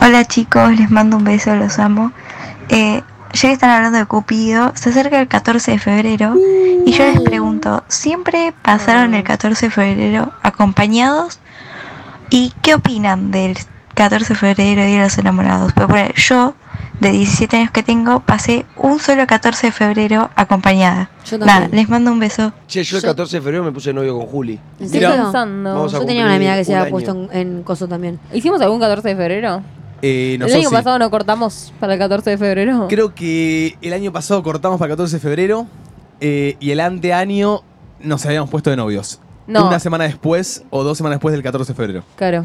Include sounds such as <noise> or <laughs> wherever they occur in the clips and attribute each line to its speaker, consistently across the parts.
Speaker 1: Hola chicos, les mando un beso, los amo. Eh, ya que están hablando de Cupido, se acerca el 14 de febrero y yo les pregunto, ¿siempre pasaron el 14 de febrero acompañados? ¿Y qué opinan del 14 de febrero y de los enamorados? Pues bueno, yo, de 17 años que tengo, pasé un solo 14 de febrero acompañada.
Speaker 2: Yo también.
Speaker 1: Nada, les mando un beso.
Speaker 3: Che, yo el 14 de febrero me puse novio con Juli.
Speaker 2: ¿En
Speaker 4: Estoy
Speaker 2: serio?
Speaker 3: Mirá,
Speaker 4: pensando.
Speaker 3: Vamos a
Speaker 2: Yo tenía
Speaker 3: cumplir
Speaker 2: una amiga que
Speaker 3: un
Speaker 2: se había
Speaker 3: año.
Speaker 2: puesto en, en coso también.
Speaker 4: ¿Hicimos algún 14 de febrero?
Speaker 5: Eh,
Speaker 4: el año
Speaker 5: nosotros sí.
Speaker 4: pasado no cortamos para el 14 de febrero.
Speaker 5: Creo que el año pasado cortamos para 14 de febrero eh, y el anteaño nos habíamos puesto de novios.
Speaker 4: No.
Speaker 5: Una semana después o dos semanas después del 14 de febrero.
Speaker 4: Claro.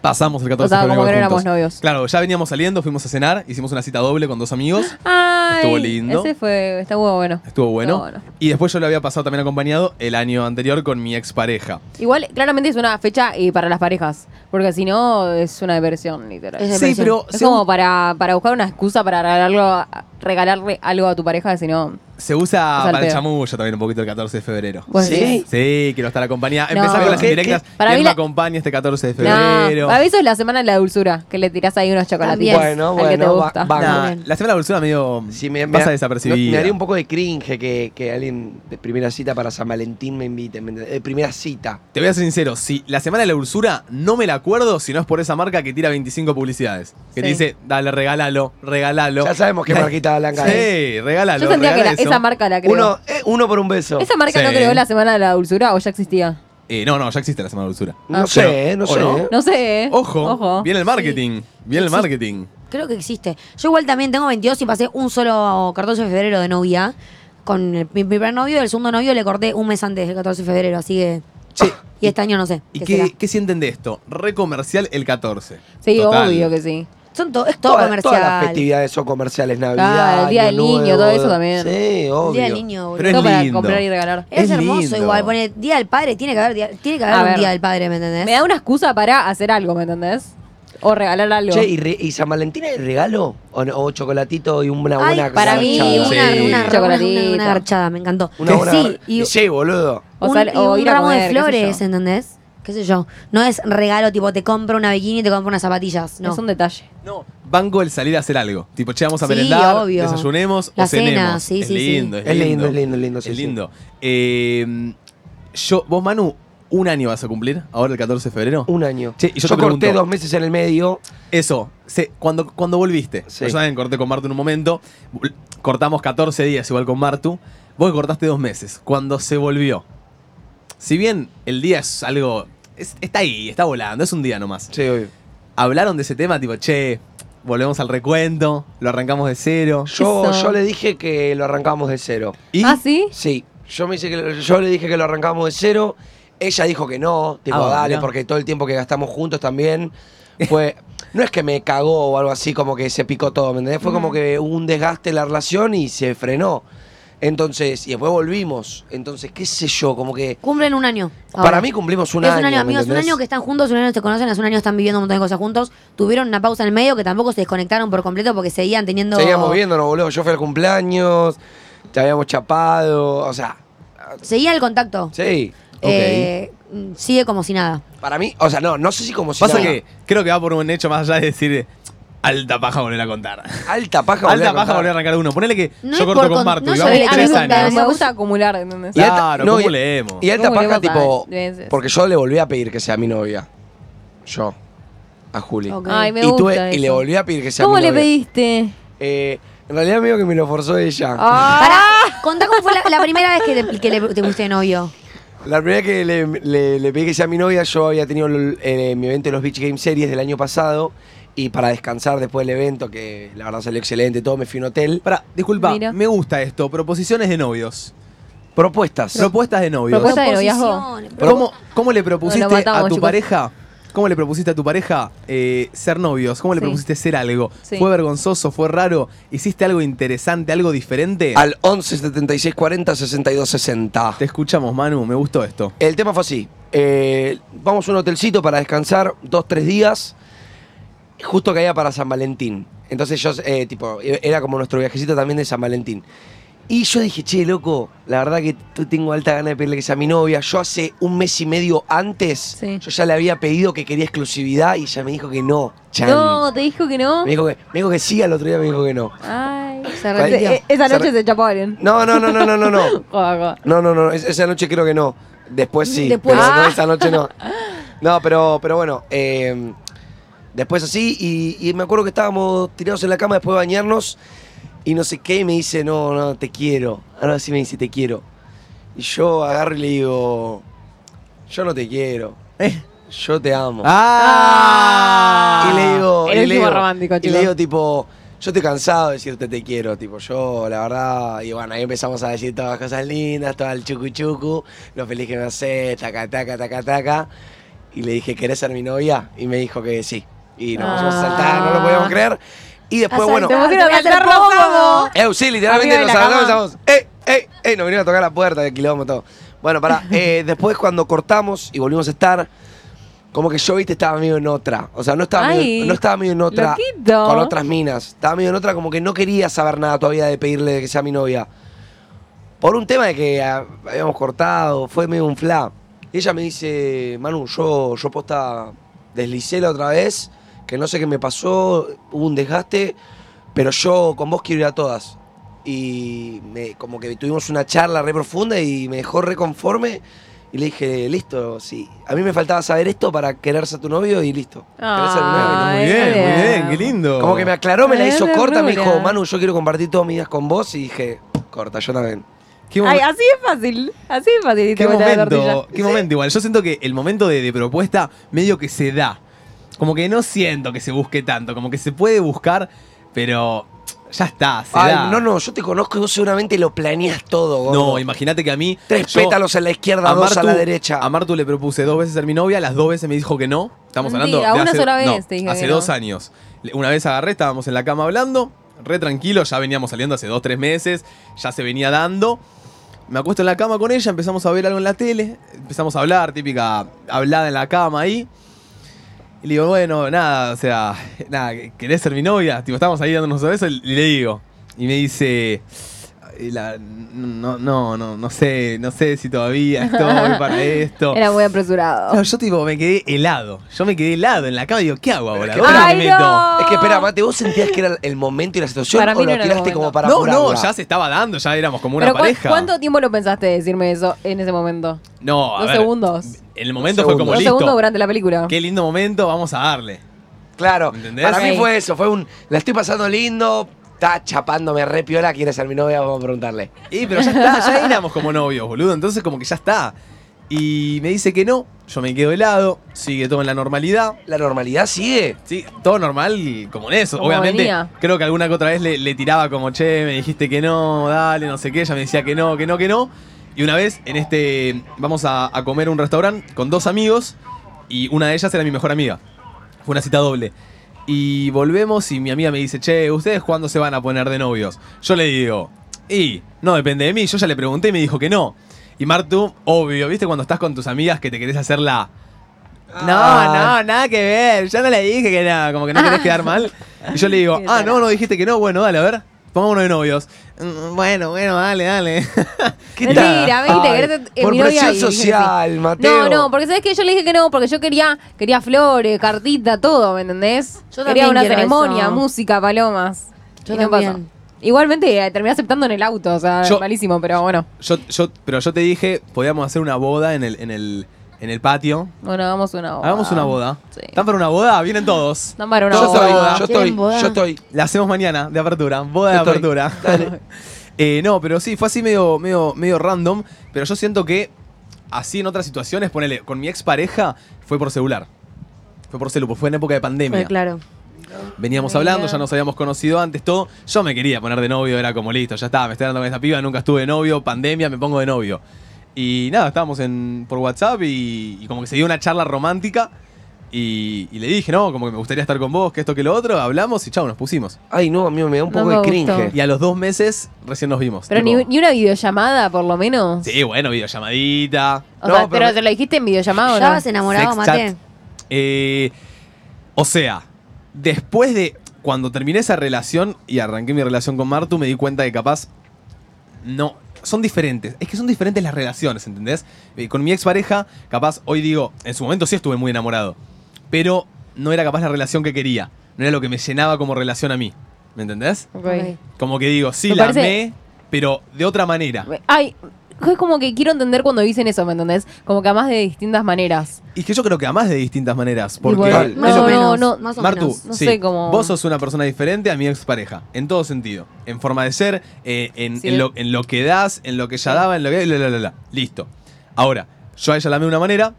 Speaker 5: Pasamos el 14
Speaker 4: O sea,
Speaker 5: de febrero.
Speaker 4: como que no éramos
Speaker 5: juntos.
Speaker 4: novios.
Speaker 5: Claro, ya veníamos saliendo, fuimos a cenar, hicimos una cita doble con dos amigos.
Speaker 4: <gasps> Ay,
Speaker 5: Estuvo lindo.
Speaker 4: Ese fue, estuvo bueno.
Speaker 5: Estuvo bueno.
Speaker 4: Estuvo bueno.
Speaker 5: Y después yo lo había pasado también acompañado el año anterior con mi expareja.
Speaker 4: Igual, claramente es una fecha y para las parejas. Porque si no, es una diversión, literal.
Speaker 2: Es
Speaker 4: Es,
Speaker 2: Me
Speaker 5: Sí,
Speaker 2: pareció.
Speaker 5: pero
Speaker 4: como
Speaker 5: se,
Speaker 4: para, para buscar una excusa para regalarlo, regalarle algo a tu pareja, si no.
Speaker 5: se usa
Speaker 4: Es al
Speaker 5: para el
Speaker 4: pedo.
Speaker 5: chamullo también un poquito el 14 de febrero.
Speaker 4: vos
Speaker 3: ¿Sí?
Speaker 4: decís,
Speaker 5: Sí, quiero estar acompañada.
Speaker 4: No.
Speaker 5: Empezar con las
Speaker 3: ¿Qué-
Speaker 5: indirectas.
Speaker 4: qué? Para
Speaker 5: ¿Quién
Speaker 4: mí
Speaker 5: me
Speaker 4: la-
Speaker 5: acompaña este 14 de febrero?
Speaker 4: No, aviso es la semana de la dulzura, que le tirás ahí unos chocolatitos
Speaker 3: También. Bueno,
Speaker 4: al que te
Speaker 3: bueno, va-
Speaker 4: gusta.
Speaker 3: va-
Speaker 5: Nah,
Speaker 2: También.
Speaker 5: la semana de la dulzura medio
Speaker 3: Sí, me, me-
Speaker 5: pasa
Speaker 3: no,
Speaker 5: desapercibida.
Speaker 3: me haría un poco de cringe que, que alguien de primera cita para San Valentín me invite. ¿me entendés? Eh, primera cita.
Speaker 5: Te voy a ser sincero, si la semana de la dulzura no me la acuerdo si no es por esa marca que tira 25 publicidades. Que te
Speaker 4: Sí.
Speaker 5: dice, dale, regálalo, regálalo.
Speaker 3: Ya sabemos
Speaker 5: <laughs>
Speaker 3: qué marquita ¿eh? blanca es.
Speaker 5: Sí, regálalo.
Speaker 4: Yo sentía que
Speaker 5: regala
Speaker 4: la-
Speaker 5: eso.
Speaker 4: esa marca la creó.
Speaker 3: Uno, eh, uno por un beso.
Speaker 4: ¿Esa marca no
Speaker 5: Sí.
Speaker 4: creó la semana de la dulzura o ya existía?
Speaker 5: Eh, no, no, ya existe la semana de la dulzura.
Speaker 3: No
Speaker 4: Ah.
Speaker 3: sé, eh, no
Speaker 5: ¿O
Speaker 3: sé.
Speaker 5: no?
Speaker 3: eh.
Speaker 4: No sé, ¿eh?
Speaker 5: Ojo,
Speaker 4: Ojo.
Speaker 5: viene el marketing. Viene el marketing.
Speaker 2: Creo que existe. Yo igual también tengo 22 y pasé un solo 14 de febrero de novia. Con el- mi primer novio y el segundo novio le corté un mes antes del 14 de febrero, así que...
Speaker 5: Che,
Speaker 2: Y este año no sé.
Speaker 5: ¿Y
Speaker 2: qué
Speaker 5: qué,
Speaker 2: será.
Speaker 5: qué sienten de esto? Recomercial el 14.
Speaker 4: Sí,
Speaker 5: Total.
Speaker 4: obvio que sí.
Speaker 2: Son to- es todo
Speaker 3: Todas-
Speaker 2: comercial.
Speaker 3: Todas las festividades son comerciales, Navidad.
Speaker 4: Ah, el Día
Speaker 3: Año
Speaker 4: del Niño,
Speaker 3: Nuevo,
Speaker 4: todo eso también.
Speaker 3: Sí, obvio.
Speaker 2: El Día del niño, boludo.
Speaker 5: Pero es
Speaker 4: Todo para
Speaker 5: lindo.
Speaker 4: comprar y regalar.
Speaker 2: Es,
Speaker 5: es
Speaker 2: hermoso
Speaker 5: lindo.
Speaker 2: igual. Pone Día del Padre, tiene que haber, día- tiene que
Speaker 4: A
Speaker 2: haber un
Speaker 4: ver.
Speaker 2: Día del Padre, ¿me entendés?
Speaker 4: Me da una excusa para hacer algo, ¿me entendés? O regalar algo.
Speaker 3: Che, ¿y, re- y San Valentín es regalo? ¿O, no? ¿O chocolatito y una
Speaker 2: Ay,
Speaker 3: buena
Speaker 2: para mí,
Speaker 3: garchada?
Speaker 2: una,
Speaker 5: Sí.
Speaker 2: una, una,
Speaker 4: Chocolatito.
Speaker 2: una garchada, me encantó.
Speaker 3: Una buena
Speaker 2: sí,
Speaker 3: gar-
Speaker 2: y,
Speaker 3: Sí, boludo.
Speaker 4: O
Speaker 2: un,
Speaker 4: sal-
Speaker 2: y
Speaker 4: o
Speaker 2: un
Speaker 4: ir a
Speaker 2: ramo
Speaker 4: comer,
Speaker 2: de
Speaker 4: qué sé
Speaker 2: flores,
Speaker 4: yo.
Speaker 2: ¿entendés? ¿Qué sé yo? No es regalo tipo te compro una bikini y te compro unas zapatillas, no.
Speaker 4: Es un detalle.
Speaker 5: No, banco el salir a hacer algo. Tipo, che, vamos a
Speaker 2: Sí,
Speaker 5: merendar,
Speaker 2: obvio.
Speaker 5: desayunemos
Speaker 2: La
Speaker 5: o
Speaker 2: cena,
Speaker 5: cenemos.
Speaker 2: sí,
Speaker 5: es
Speaker 2: sí, sí.
Speaker 5: lindo,
Speaker 3: Es lindo, es lindo, es lindo. sí,
Speaker 5: es
Speaker 3: sí.
Speaker 5: lindo. Eh, yo, vos, Manu, un año vas a cumplir, ahora el 14 de febrero.
Speaker 3: Un año.
Speaker 5: Che, y yo
Speaker 3: yo
Speaker 5: te
Speaker 3: corté
Speaker 5: pregunto-
Speaker 3: dos meses en el medio.
Speaker 5: Eso, se- cuando, cuando volviste,
Speaker 3: Sí.
Speaker 5: yo también corté con Martu en un momento, vol- cortamos 14 días igual con Martu, vos cortaste dos meses, cuando se volvió. Si bien el día es algo, es- está ahí, está volando, es un día nomás.
Speaker 3: Sí, obvio.
Speaker 5: Hablaron de ese tema, tipo, che, volvemos al recuento, lo arrancamos de cero.
Speaker 3: Yo,
Speaker 4: Eso.
Speaker 3: yo le dije que lo arrancamos de cero.
Speaker 5: Y
Speaker 4: ¿Ah, sí?
Speaker 3: Sí, yo, me hice que, yo le dije que lo arrancamos de cero. Ella dijo que no, tipo,
Speaker 5: Ah,
Speaker 3: dale,
Speaker 5: mirá.
Speaker 3: porque todo el tiempo que gastamos juntos también
Speaker 5: <laughs>
Speaker 3: fue. No es que me cagó o algo así, como que se picó todo, ¿me entendés? Fue
Speaker 2: Mm.
Speaker 3: como que hubo un desgaste en la relación y se frenó. Entonces, y después volvimos. Entonces, qué sé yo, como que.
Speaker 2: Cumplen un año.
Speaker 3: Para
Speaker 2: ahora.
Speaker 3: mí cumplimos un
Speaker 2: Ah. es
Speaker 3: año.
Speaker 2: un año,
Speaker 3: ¿me
Speaker 2: amigos, un
Speaker 3: entendés?
Speaker 2: año que están juntos, un año se conocen, hace un año están viviendo un montón de cosas juntos, tuvieron una pausa en el medio que tampoco se desconectaron por completo porque seguían teniendo...
Speaker 3: Seguíamos viéndonos, boludo. Yo fui al cumpleaños, te habíamos chapado, o sea,
Speaker 2: Seguía el contacto.
Speaker 3: sí.
Speaker 2: Eh, mm, sigue como si nada.
Speaker 3: Para mí, o sea, no, no sé si como si
Speaker 5: pasa
Speaker 3: nada.
Speaker 5: que creo que va por un hecho más allá de decir, alta paja volver a contar.
Speaker 3: alta paja volver a
Speaker 5: Alta paja
Speaker 3: contar.
Speaker 5: volver a arrancar uno. Ponele que
Speaker 2: No es
Speaker 5: yo corto
Speaker 2: por
Speaker 5: con
Speaker 2: con-
Speaker 5: Martu
Speaker 2: no
Speaker 5: y
Speaker 2: se
Speaker 5: vamos
Speaker 2: ve- a mí
Speaker 5: tres
Speaker 2: me gusta-
Speaker 5: años.
Speaker 4: me gusta acumular, ¿entendés?
Speaker 3: Y alta-
Speaker 5: Claro,
Speaker 3: no, y-
Speaker 5: acumulemos.
Speaker 3: Y alta
Speaker 4: ¿Cómo le
Speaker 3: paja,
Speaker 4: gusta?
Speaker 3: tipo.
Speaker 4: Bien, sí.
Speaker 3: Porque yo le volví a pedir que sea mi novia. Yo. A Juli.
Speaker 2: Ok.
Speaker 4: Ay, me
Speaker 3: y,
Speaker 4: gusta
Speaker 3: tuve- y
Speaker 4: eso.
Speaker 3: le volví a pedir que sea
Speaker 4: ¿Cómo
Speaker 3: mi
Speaker 4: le
Speaker 3: novia.
Speaker 4: pediste?
Speaker 3: Eh, en realidad, medio que me lo forzó ella.
Speaker 2: Pará,
Speaker 4: ¡Ah!
Speaker 2: contá cómo fue la, la primera vez que, te- que le- te guste de novio.
Speaker 3: La primera que le, le- le pedí que sea mi novia, yo había tenido el- eh, mi evento de los Beach Game Series del año pasado. Y para descansar después del evento, que la verdad salió excelente, todo, me fui a un hotel.
Speaker 5: Pará, disculpa,
Speaker 4: Mira.
Speaker 5: me gusta esto. Proposiciones de novios.
Speaker 3: Propuestas.
Speaker 5: Propuestas de novios.
Speaker 4: Propuesta de noviazgo.
Speaker 2: Posiciones,
Speaker 5: ¿Cómo, ¿Cómo le propusiste
Speaker 4: Nos lo matamos,
Speaker 5: a tu
Speaker 4: chicos.
Speaker 5: pareja? ¿Cómo le propusiste a tu pareja eh, ser novios? ¿Cómo le
Speaker 4: Sí.
Speaker 5: propusiste ser algo?
Speaker 4: Sí.
Speaker 5: ¿Fue vergonzoso? ¿Fue raro? ¿Hiciste algo interesante? ¿Algo diferente?
Speaker 3: al 11 76 40 62 60.
Speaker 5: Te escuchamos, Manu. Me gustó esto.
Speaker 3: El tema fue así. eh, vamos a un hotelcito para descansar dos, tres días. Justo caía para San Valentín. Entonces yo, eh, tipo, era como nuestro viajecito también de San Valentín. Y yo dije, che, loco, la verdad que tú tengo alta gana de pedirle que sea mi novia. Yo hace un mes y medio antes,
Speaker 4: Sí.
Speaker 3: yo ya le había pedido que quería exclusividad y ella me dijo que no. Chan.
Speaker 4: No, te dijo que no.
Speaker 3: Me dijo que, me dijo que sí, al otro día me dijo que no.
Speaker 4: Ay,
Speaker 2: Se
Speaker 3: Cual-
Speaker 2: arrepintió.
Speaker 4: Eh, esa
Speaker 3: Se
Speaker 4: noche
Speaker 3: re-
Speaker 4: se chapó a alguien.
Speaker 3: No, no, no, no, no, no, no.
Speaker 4: Joda, joda.
Speaker 3: No, no, no, es- esa noche creo que no. Después sí,
Speaker 2: Después.
Speaker 3: pero no,
Speaker 2: Ah.
Speaker 3: esa noche no. No, pero, pero bueno, eh, después así, y, y me acuerdo que estábamos tirados en la cama después de bañarnos, y no sé qué, y me dice, no, no, te quiero. Ahora sí me dice, te quiero. Y yo agarro y le digo, yo no te quiero,
Speaker 5: Eh.
Speaker 3: yo te amo.
Speaker 5: ¡Ah!
Speaker 3: Y le digo,
Speaker 4: Eres
Speaker 3: y le
Speaker 4: tipo
Speaker 3: digo,
Speaker 4: romántico,
Speaker 3: y le
Speaker 4: chico.
Speaker 3: digo tipo, yo estoy cansado de decirte te quiero, tipo, yo la verdad, y bueno, ahí empezamos a decir todas las cosas lindas, todo el chucu chucu, lo feliz que me hace, taca, taca, taca, taca. Y le dije, ¿querés ser mi novia? Y me dijo que sí. Y nos pusimos a saltar, no lo podíamos creer. Y
Speaker 2: Ah,
Speaker 3: después, bueno,
Speaker 4: Te pusieron a
Speaker 2: Te voy a hacer
Speaker 4: saltar
Speaker 2: poco.
Speaker 4: rosado.
Speaker 3: eh, sí, literalmente
Speaker 4: Arriba de
Speaker 3: nos
Speaker 4: la
Speaker 3: agarramos
Speaker 4: cama.
Speaker 3: y estamos, ¡eh, eh, eh! Nos vinieron a tocar la puerta del quilombo todo. Bueno,
Speaker 4: <laughs>
Speaker 3: pará, eh, después cuando cortamos y volvimos a estar, como que yo, viste, estaba medio en otra. O sea, no estaba,
Speaker 4: Ay,
Speaker 3: medio, no estaba medio en otra
Speaker 4: loquito.
Speaker 3: con otras minas. Estaba medio en otra como que no quería saber nada todavía de pedirle que sea mi novia. Por un tema de que ah, habíamos cortado, fue medio un fla. Y ella me dice, Manu, yo, yo posta deslicé la otra vez, que no sé qué me pasó, hubo un desgaste, pero yo con vos quiero ir a todas. Y me- como que tuvimos una charla re profunda y me dejó reconforme. Y le dije, listo, sí. A mí me faltaba saber esto para quererse a tu novio y listo. Querés ser mi novio.
Speaker 5: Muy
Speaker 4: Ay,
Speaker 5: bien,
Speaker 4: qué
Speaker 5: muy
Speaker 4: eh, bien.
Speaker 5: bien, qué lindo.
Speaker 3: Como que me aclaró, me la
Speaker 4: Ay,
Speaker 3: hizo
Speaker 4: es
Speaker 3: corta, me dijo,
Speaker 4: ternura.
Speaker 3: Manu, yo quiero compartir todos mis días con vos. Y dije, corta, yo también.
Speaker 5: Qué
Speaker 4: Ay,
Speaker 5: momen-
Speaker 4: así es fácil. Así es fácil.
Speaker 5: ¿Qué
Speaker 4: tipo, la
Speaker 5: momento?
Speaker 4: tortilla.
Speaker 5: ¿Qué momento? Igual, yo siento que el momento de, de propuesta medio que se da. Como que no siento que se busque tanto, como que se puede buscar, pero ya está, se
Speaker 3: Ay,
Speaker 5: da.
Speaker 3: no, no, yo te conozco y vos seguramente lo planeas todo, gordo.
Speaker 5: No, imagínate que a mí.
Speaker 3: Tres
Speaker 5: yo-
Speaker 3: pétalos en la izquierda,
Speaker 5: a
Speaker 3: dos a la
Speaker 5: Martu-
Speaker 3: derecha.
Speaker 5: A Martu le propuse dos veces ser mi novia, las dos veces me dijo que no. Estamos hablando.
Speaker 4: Mentira,
Speaker 5: de
Speaker 4: una
Speaker 5: hace-
Speaker 4: sola vez
Speaker 5: no,
Speaker 4: te dije
Speaker 5: Hace
Speaker 4: que no.
Speaker 5: dos años. Le- Una vez agarré, estábamos en la cama hablando, re tranquilo, ya veníamos saliendo hace dos, tres meses, ya se venía dando. Me acuesto en la cama con ella, empezamos a ver algo en la tele, empezamos a hablar, típica hablada en la cama ahí. Y le digo, bueno, nada, o sea, nada, ¿querés ser mi novia? Tipo, estábamos ahí dándonos un beso y le digo. Y me dice, y la- no, no, no, no sé, no sé si todavía estoy
Speaker 4: <laughs>
Speaker 5: para esto.
Speaker 4: Era muy
Speaker 5: Claro,
Speaker 4: apresurado.
Speaker 5: yo tipo me quedé helado. Yo me quedé helado en la cama y digo, ¿qué hago ahora?
Speaker 3: Pero
Speaker 5: ¿Dónde
Speaker 4: ¡Ay,
Speaker 5: me meto?
Speaker 4: no!
Speaker 3: Es que espera, Mate, ¿vos sentías que era el momento y la situación
Speaker 4: Para
Speaker 3: o
Speaker 4: mí
Speaker 3: lo
Speaker 4: no era el
Speaker 3: tiraste como
Speaker 4: momento.
Speaker 3: para
Speaker 5: no,
Speaker 3: apurarla?
Speaker 5: no, ya se estaba dando, ya éramos como una
Speaker 4: Pero, ¿cu-
Speaker 5: pareja.
Speaker 4: ¿cuánto tiempo lo pensaste decirme eso en ese momento?
Speaker 5: No, a
Speaker 4: Dos
Speaker 5: ver,
Speaker 4: segundos.
Speaker 5: En el momento fue como
Speaker 3: Dos
Speaker 4: Dos
Speaker 5: listo.
Speaker 4: segundos durante la película.
Speaker 5: Qué lindo momento, vamos a darle.
Speaker 3: Claro,
Speaker 5: ¿Entendés?
Speaker 3: para mí
Speaker 4: Ok.
Speaker 3: fue eso, fue un, la estoy pasando lindo, está chapándome re piola, quiere ser mi novia, vamos a preguntarle.
Speaker 5: Y pero ya está, ya éramos como novios, boludo. Entonces como que ya está. Y me dice que no, yo me quedo helado, sigue todo en la normalidad.
Speaker 3: La normalidad sigue.
Speaker 5: Sí, todo normal, como en eso.
Speaker 4: Como
Speaker 5: Obviamente,
Speaker 4: venía.
Speaker 5: creo que alguna que otra vez le, le tiraba como, che, me dijiste que no, dale, no sé qué. Ella me decía que no, que no, que no. Y una vez, en este, vamos a, a comer a un restaurante con dos amigos y una de ellas era mi mejor amiga. Fue una cita doble. Y volvemos y mi amiga me dice, che, ¿ustedes cuándo se van a poner de novios? Yo le digo, y no depende de mí. Yo ya le pregunté y me dijo que no. Y Martu, obvio, ¿viste cuando estás con tus amigas que te querés hacer la... No,
Speaker 3: Ah.
Speaker 5: no, <laughs> nada que ver. Yo no le dije que nada, como que no querés quedar mal. Y yo le
Speaker 4: <laughs>
Speaker 5: digo,
Speaker 4: Qué
Speaker 5: ah,
Speaker 4: tarado.
Speaker 5: no, no dijiste que no, bueno, dale, a ver, pongámonos de novios. "Mm, Bueno, bueno, dale,
Speaker 4: <laughs>
Speaker 5: dale.
Speaker 3: ¿Qué
Speaker 4: Mentira,
Speaker 3: tal?
Speaker 4: viste,
Speaker 3: Ay,
Speaker 4: querés ser- eh,
Speaker 3: Por
Speaker 4: mi novia y
Speaker 3: presión
Speaker 4: dije que sí.
Speaker 3: social,
Speaker 4: No,
Speaker 3: Mateo.
Speaker 4: no, porque sabes que yo le dije que no, porque yo quería, quería flores, cartita, todo, ¿me entendés?
Speaker 2: Yo
Speaker 4: quería
Speaker 2: también
Speaker 4: una
Speaker 2: quiero
Speaker 4: ceremonia,
Speaker 2: eso.
Speaker 4: música, palomas.
Speaker 2: Yo
Speaker 4: Y no
Speaker 2: también.
Speaker 4: pasó. Igualmente eh, terminé aceptando en el auto, o sea,
Speaker 5: Yo-
Speaker 4: malísimo, pero bueno.
Speaker 5: Yo, yo, pero yo te dije, podíamos hacer una boda en el, en el, en el patio.
Speaker 4: Bueno, hagamos una boda.
Speaker 5: Hagamos una boda.
Speaker 4: Oh, Sí.
Speaker 5: ¿Están para una boda? Vienen todos.
Speaker 4: Están para una
Speaker 3: yo
Speaker 4: boda.
Speaker 3: estoy,
Speaker 5: boda.
Speaker 3: yo estoy,
Speaker 2: ¿Quieren boda?
Speaker 3: yo estoy.
Speaker 5: La hacemos mañana, de apertura. Boda
Speaker 3: Yo
Speaker 5: de
Speaker 3: estoy.
Speaker 5: apertura. <laughs> Eh, no, pero sí, fue así medio, medio, medio random. Pero yo siento que así en otras situaciones, ponele, con mi expareja fue por celular. Fue por celu, porque fue en época de pandemia.
Speaker 2: Eh, claro.
Speaker 5: Veníamos
Speaker 4: Mira.
Speaker 5: hablando, ya nos habíamos conocido antes, todo. Yo me quería poner de novio, era como listo, ya está, me estoy dando con esta piba, nunca estuve de novio, pandemia, me pongo de novio. Y nada, estábamos en, por WhatsApp y, y como que se dio una charla romántica. Y, y le dije, no, como que me gustaría estar con vos, que esto, que lo otro. Hablamos y chao, nos pusimos.
Speaker 3: Ay, no, amigo, me da un
Speaker 4: No
Speaker 3: poco
Speaker 4: me
Speaker 3: de
Speaker 4: gustó.
Speaker 3: cringe.
Speaker 5: Y a los dos meses recién nos vimos.
Speaker 4: Pero ni,
Speaker 5: tipo,
Speaker 4: ni una videollamada, por lo menos.
Speaker 5: Sí, bueno, videollamadita.
Speaker 4: O
Speaker 3: No,
Speaker 4: sea,
Speaker 3: pero-
Speaker 4: pero, te lo dijiste en videollamada, ¿o
Speaker 2: ¿Ya
Speaker 4: no?
Speaker 2: vas enamorado,
Speaker 5: Sex
Speaker 2: Mate?
Speaker 5: chat. Eh, o sea, después de. Cuando terminé esa relación y arranqué mi relación con Martu, me di cuenta que capaz no. Son diferentes. Es que son diferentes las relaciones, ¿entendés? Eh, con mi expareja, capaz, hoy digo, en su momento sí estuve muy enamorado. Pero no era capaz la relación que quería. No era lo que me llenaba como relación a mí. ¿Me entendés?
Speaker 4: Ok.
Speaker 2: Ok.
Speaker 5: Como que digo, sí
Speaker 4: Me
Speaker 5: la
Speaker 4: parece-
Speaker 5: amé, pero de otra manera.
Speaker 4: Ay, es como que quiero entender cuando dicen eso, ¿me entendés? Como que además de distintas maneres.
Speaker 5: Y que yo creo que amás de distintas maneras. Porque
Speaker 4: Igual.
Speaker 5: lo-
Speaker 2: Más
Speaker 4: No,
Speaker 2: o
Speaker 4: no,
Speaker 2: menos.
Speaker 4: no.
Speaker 2: más o
Speaker 5: Martu,
Speaker 2: menos.
Speaker 4: No
Speaker 5: sí,
Speaker 4: sé cómo-
Speaker 5: vos sos una persona diferente a mi expareja, en todo sentido. En forma de ser, eh, en,
Speaker 4: Sí.
Speaker 5: en lo, en lo que das, en lo que ella daba, en lo que... La, la, la, la. Listo. Ahora, yo a ella la amé de una manera,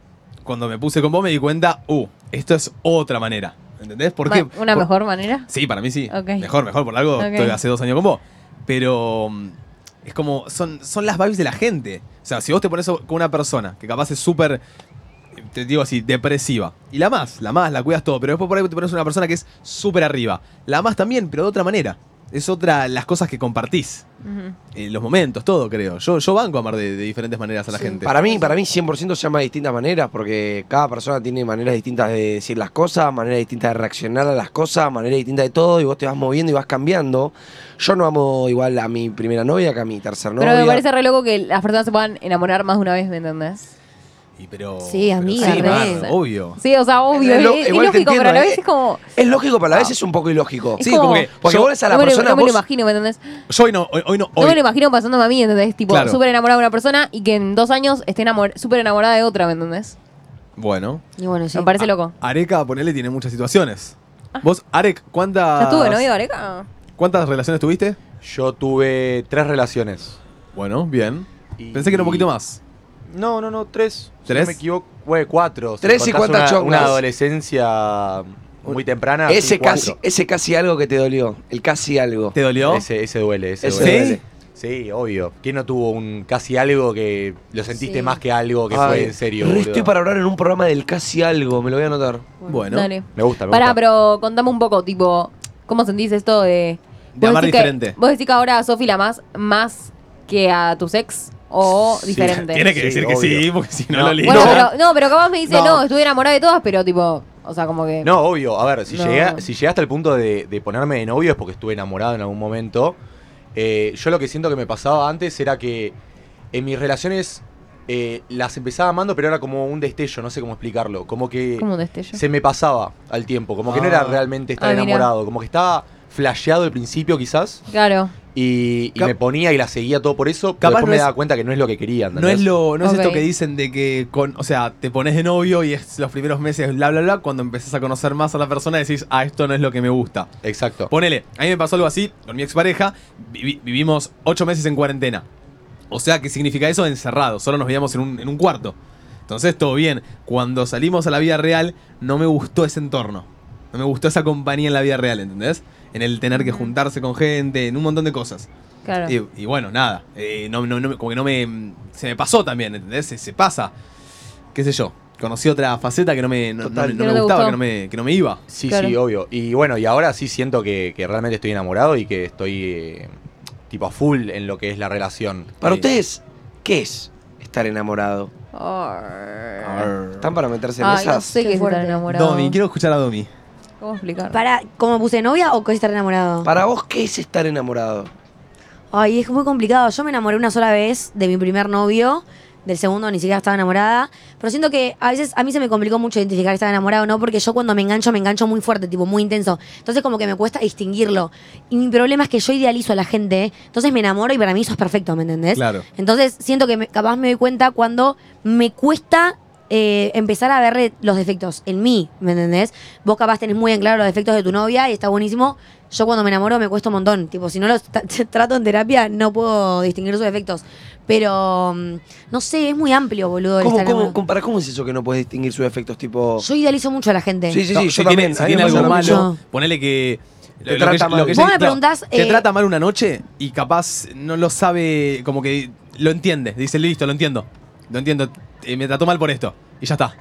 Speaker 5: cuando me puse con vos me di cuenta, uh, esto es otra manera. ¿Entendés? ¿Por qué?
Speaker 4: ¿Una
Speaker 5: Por-
Speaker 4: mejor manera?
Speaker 5: Sí, para mí sí.
Speaker 4: Ok.
Speaker 5: Mejor, mejor, por algo
Speaker 4: Ok.
Speaker 5: estoy hace dos años con vos. Pero mm, es como, son, son las vibes de la gente. O sea, si vos te pones con una persona que capaz es súper, eh, te digo así, depresiva, y la más, la más, la cuidas todo, pero después por ahí te pones una persona que es súper arriba. La más también, pero de otra manera. Es otra, las cosas que compartís,
Speaker 4: Ujú.
Speaker 5: eh, los momentos, todo creo. Yo, yo banco a amar de, de diferentes maneras a la gente.
Speaker 3: Para mí, para mí 100% se llama de distintas maneras, porque cada persona tiene maneras distintas de decir las cosas, maneras distintas de reaccionar a las cosas, maneras distintas de todo, y vos te vas moviendo y vas cambiando. Yo no amo igual a mi primera novia que a mi tercer novia.
Speaker 4: Pero me parece re loco que las personas se puedan enamorar más de una vez, ¿me entendés?
Speaker 5: Y pero,
Speaker 2: Sí,
Speaker 5: pero
Speaker 2: amiga,
Speaker 5: sí,
Speaker 2: re.
Speaker 5: Mar, obvio.
Speaker 4: Sí, o sea, obvio,
Speaker 3: Es
Speaker 4: es,
Speaker 3: lo-
Speaker 4: es
Speaker 3: igual te
Speaker 4: lógico, pero a la
Speaker 3: entiendo,
Speaker 4: vez
Speaker 3: eh.
Speaker 4: es como...
Speaker 3: Es lógico, pero a la vez es un poco ilógico.
Speaker 4: es
Speaker 5: Sí, como que-
Speaker 3: Porque
Speaker 5: yo-
Speaker 3: vos ves a la
Speaker 4: no me lo-
Speaker 3: persona,
Speaker 4: no me lo
Speaker 3: vos-
Speaker 4: imagino, ¿me entendés?
Speaker 5: Yo hoy no, hoy, hoy no,
Speaker 4: No
Speaker 5: hoy.
Speaker 4: me lo imagino pasando a mí, ¿entendés? Tipo,
Speaker 5: Claro.
Speaker 4: súper enamorada de una persona y que en dos años esté enamor- súper enamorada de otra, ¿me entendés?
Speaker 5: bueno.
Speaker 2: Y bueno, sí.
Speaker 4: Me parece loco.
Speaker 5: Areca, ponele, tiene muchas situaciones. Vos, Arek, ¿cuántas,
Speaker 4: Ah. ¿Ya estuve novio, Areca?
Speaker 5: ¿cuántas relaciones tuviste?
Speaker 6: Yo tuve tres relaciones.
Speaker 5: Bueno, bien.
Speaker 6: Y-
Speaker 5: Pensé que era un poquito más.
Speaker 6: No, no, no, tres. Si
Speaker 5: ¿Tres?
Speaker 6: no me equivoco, fue cuatro. Si
Speaker 3: Tres y
Speaker 6: contás
Speaker 3: cuántas
Speaker 6: una, una
Speaker 3: chongas.
Speaker 6: adolescencia muy temprana. sí,
Speaker 3: ese,
Speaker 6: cuatro.
Speaker 3: casi, ¿eh? ese casi algo que te dolió, el casi algo.
Speaker 5: ¿Te dolió?
Speaker 6: Ese, ese duele, ese,
Speaker 3: Ese
Speaker 6: duele.
Speaker 3: duele.
Speaker 6: Sí, obvio. ¿Quién no tuvo un casi algo que lo sentiste
Speaker 2: Sí.
Speaker 6: más que algo que
Speaker 3: Ay,
Speaker 6: fue en serio?
Speaker 3: re
Speaker 6: boludo?
Speaker 3: Estoy para hablar en un programa del casi algo, me lo voy a anotar.
Speaker 5: Bueno.
Speaker 4: Dale.
Speaker 6: Me gusta, me
Speaker 4: Pará,
Speaker 6: gusta.
Speaker 4: pero contame un poco, tipo, ¿cómo sentís esto de.
Speaker 5: De
Speaker 4: vos
Speaker 5: amar
Speaker 4: decís que-
Speaker 5: diferente.
Speaker 4: ¿Vos decís que ahora a Sofi la más más que a tus ex o diferente?
Speaker 5: Tiene que
Speaker 6: Sí,
Speaker 5: decir que
Speaker 6: obvio.
Speaker 5: sí, porque si no,
Speaker 6: No.
Speaker 5: lo liga.
Speaker 4: Bueno,
Speaker 6: No.
Speaker 4: pero, no, pero capaz me dice, no.
Speaker 3: No.
Speaker 4: estuve enamorada de todas, pero tipo, o sea, como que.
Speaker 6: No, obvio. A ver, si,
Speaker 4: Eh, No.
Speaker 6: llega- si llegaste al punto de, de ponerme de novio es porque estuve enamorado en algún momento. Eh, yo lo que siento que me pasaba antes era que en mis relaciones eh, las empezaba amando, pero era como un destello, no sé cómo explicarlo. Como que
Speaker 4: Como un destello.
Speaker 6: se me pasaba al tiempo, como que no
Speaker 5: Ah.
Speaker 6: era realmente estar
Speaker 4: Ah, mirá.
Speaker 6: enamorado, como que estaba flasheado al principio quizás.
Speaker 4: Claro.
Speaker 6: Y, y
Speaker 5: Cap-
Speaker 6: me ponía y la seguía todo por eso, pero
Speaker 5: Capaz
Speaker 6: después
Speaker 5: no
Speaker 6: me
Speaker 5: es-
Speaker 6: daba cuenta que no es lo que quería,
Speaker 5: No es,
Speaker 6: ¿entendés?
Speaker 5: lo, no es
Speaker 4: Ok.
Speaker 5: esto que dicen de que, con, o sea, te pones de novio y es los primeros meses, bla, bla, bla. Cuando empezás a conocer más a la persona, decís, ah, esto no es lo que me gusta.
Speaker 6: Exacto.
Speaker 5: Ponele, a mí me pasó algo así con mi expareja. vivi- vivimos ocho meses en cuarentena. O sea, ¿qué significa eso? Encerrado. Solo nos veíamos en un, en un cuarto. Entonces, todo bien. Cuando salimos a la vida real, no me gustó ese entorno. No me gustó esa compañía en la vida real, ¿entendés? En el tener que juntarse con gente, en un montón de cosas.
Speaker 4: Claro.
Speaker 5: Y, y bueno, nada. Eh, no, no, no, como que no me. Se me pasó también, ¿entendés? Se, se pasa. ¿Qué sé yo? Conocí otra faceta que no me, no- no
Speaker 6: Total.
Speaker 5: me- no
Speaker 4: Que no
Speaker 5: me
Speaker 4: te
Speaker 5: gustaba,
Speaker 4: gustó.
Speaker 5: que no me, que no me iba.
Speaker 6: Sí,
Speaker 4: Claro.
Speaker 6: sí, obvio. Y bueno, y ahora sí siento que, que realmente estoy enamorado y que estoy eh, tipo a full en lo que es la relación. Eh,
Speaker 3: Para ustedes, ¿qué es estar enamorado?
Speaker 4: Arr.
Speaker 3: ¿Están para meterse en
Speaker 4: Ay,
Speaker 3: esas?
Speaker 4: no sé qué
Speaker 2: Qué
Speaker 4: es estar
Speaker 2: fuerte.
Speaker 4: enamorado.
Speaker 5: Domi, quiero escuchar a Domi.
Speaker 4: ¿Cómo explicar?
Speaker 2: Para, ¿Cómo puse novia o qué es estar enamorado?
Speaker 3: Para vos, ¿qué es estar enamorado?
Speaker 2: Ay, es muy complicado. Yo me enamoré una sola vez de mi primer novio. Del segundo ni siquiera estaba enamorada. Pero siento que a veces a mí se me complicó mucho identificar que estaba enamorado o no, porque yo cuando me engancho, me engancho muy fuerte, tipo muy intenso. Entonces, como que me cuesta distinguirlo. Y mi problema es que yo idealizo a la gente, entonces me enamoro y para mí eso es perfecto, ¿me entendés?
Speaker 5: Claro.
Speaker 2: Entonces, siento que me- capaz me doy cuenta cuando me cuesta eh, empezar a ver los defectos en mí, ¿me entendés? Vos capaz tenés muy en claro los defectos de tu novia y está buenísimo. Yo cuando me enamoro me cuesta un montón. Tipo, si no los tra- <laughs> trato en terapia, no puedo distinguir sus defectos. Pero, mm, no sé, es muy amplio, boludo. el
Speaker 3: ¿Cómo,
Speaker 2: estar
Speaker 3: cómo,
Speaker 2: enamorado.
Speaker 3: cómo- para, ¿Cómo es eso que no puedes distinguir sus efectos? Tipo.
Speaker 2: Yo idealizo mucho a la gente.
Speaker 3: Sí, sí, sí,
Speaker 5: No,
Speaker 3: yo
Speaker 5: si
Speaker 3: también.
Speaker 5: tiene,
Speaker 3: A
Speaker 5: si
Speaker 3: mí
Speaker 5: tiene
Speaker 3: me
Speaker 5: algo
Speaker 3: pasa lo
Speaker 5: malo,
Speaker 3: mismo.
Speaker 5: ponele que.
Speaker 3: Te trata mal.
Speaker 5: ella-
Speaker 3: Vos
Speaker 2: me preguntás,
Speaker 5: Te
Speaker 2: eh,
Speaker 5: trata mal una noche y capaz no lo sabe, como que lo entiende. Dice, listo, lo entiendo. Lo entiendo. eh, me trató mal por esto. Y ya está.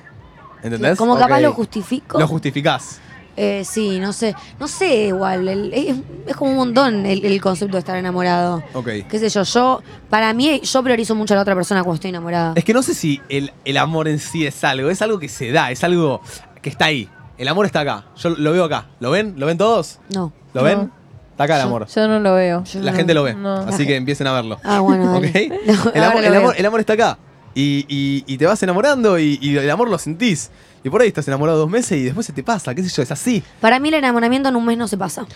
Speaker 5: ¿Entendés?
Speaker 2: Como capaz
Speaker 3: Ok.
Speaker 2: lo justifico.
Speaker 5: Lo justificás.
Speaker 2: Eh, sí, no sé. No sé, igual. el- es, es como un montón el, el concepto de estar enamorado.
Speaker 5: Ok.
Speaker 2: Qué sé yo, yo. Para mí, yo priorizo mucho a la otra persona cuando estoy enamorada.
Speaker 5: Es que no sé si el, el amor en sí es algo. Es algo que se da. Es algo que está ahí. El amor está acá. Yo lo veo acá. ¿Lo ven? ¿Lo ven todos?
Speaker 2: No.
Speaker 5: ¿Lo ven? Está acá el amor.
Speaker 4: Yo no lo veo.
Speaker 5: La gente lo ve,
Speaker 4: No.
Speaker 5: así que empiecen a verlo.
Speaker 2: Ah, bueno.
Speaker 5: ¿Ok?
Speaker 2: dale. <laughs> No,
Speaker 5: el,
Speaker 2: ahora
Speaker 5: amor,
Speaker 2: lo
Speaker 5: el
Speaker 2: veo.
Speaker 5: amor- el amor está acá. Y, y- y te vas enamorando y, y el amor lo sentís. Y por ahí estás enamorado dos meses y después se te pasa, qué sé yo, es así.
Speaker 2: Para mí el enamoramiento en un mes no se pasa.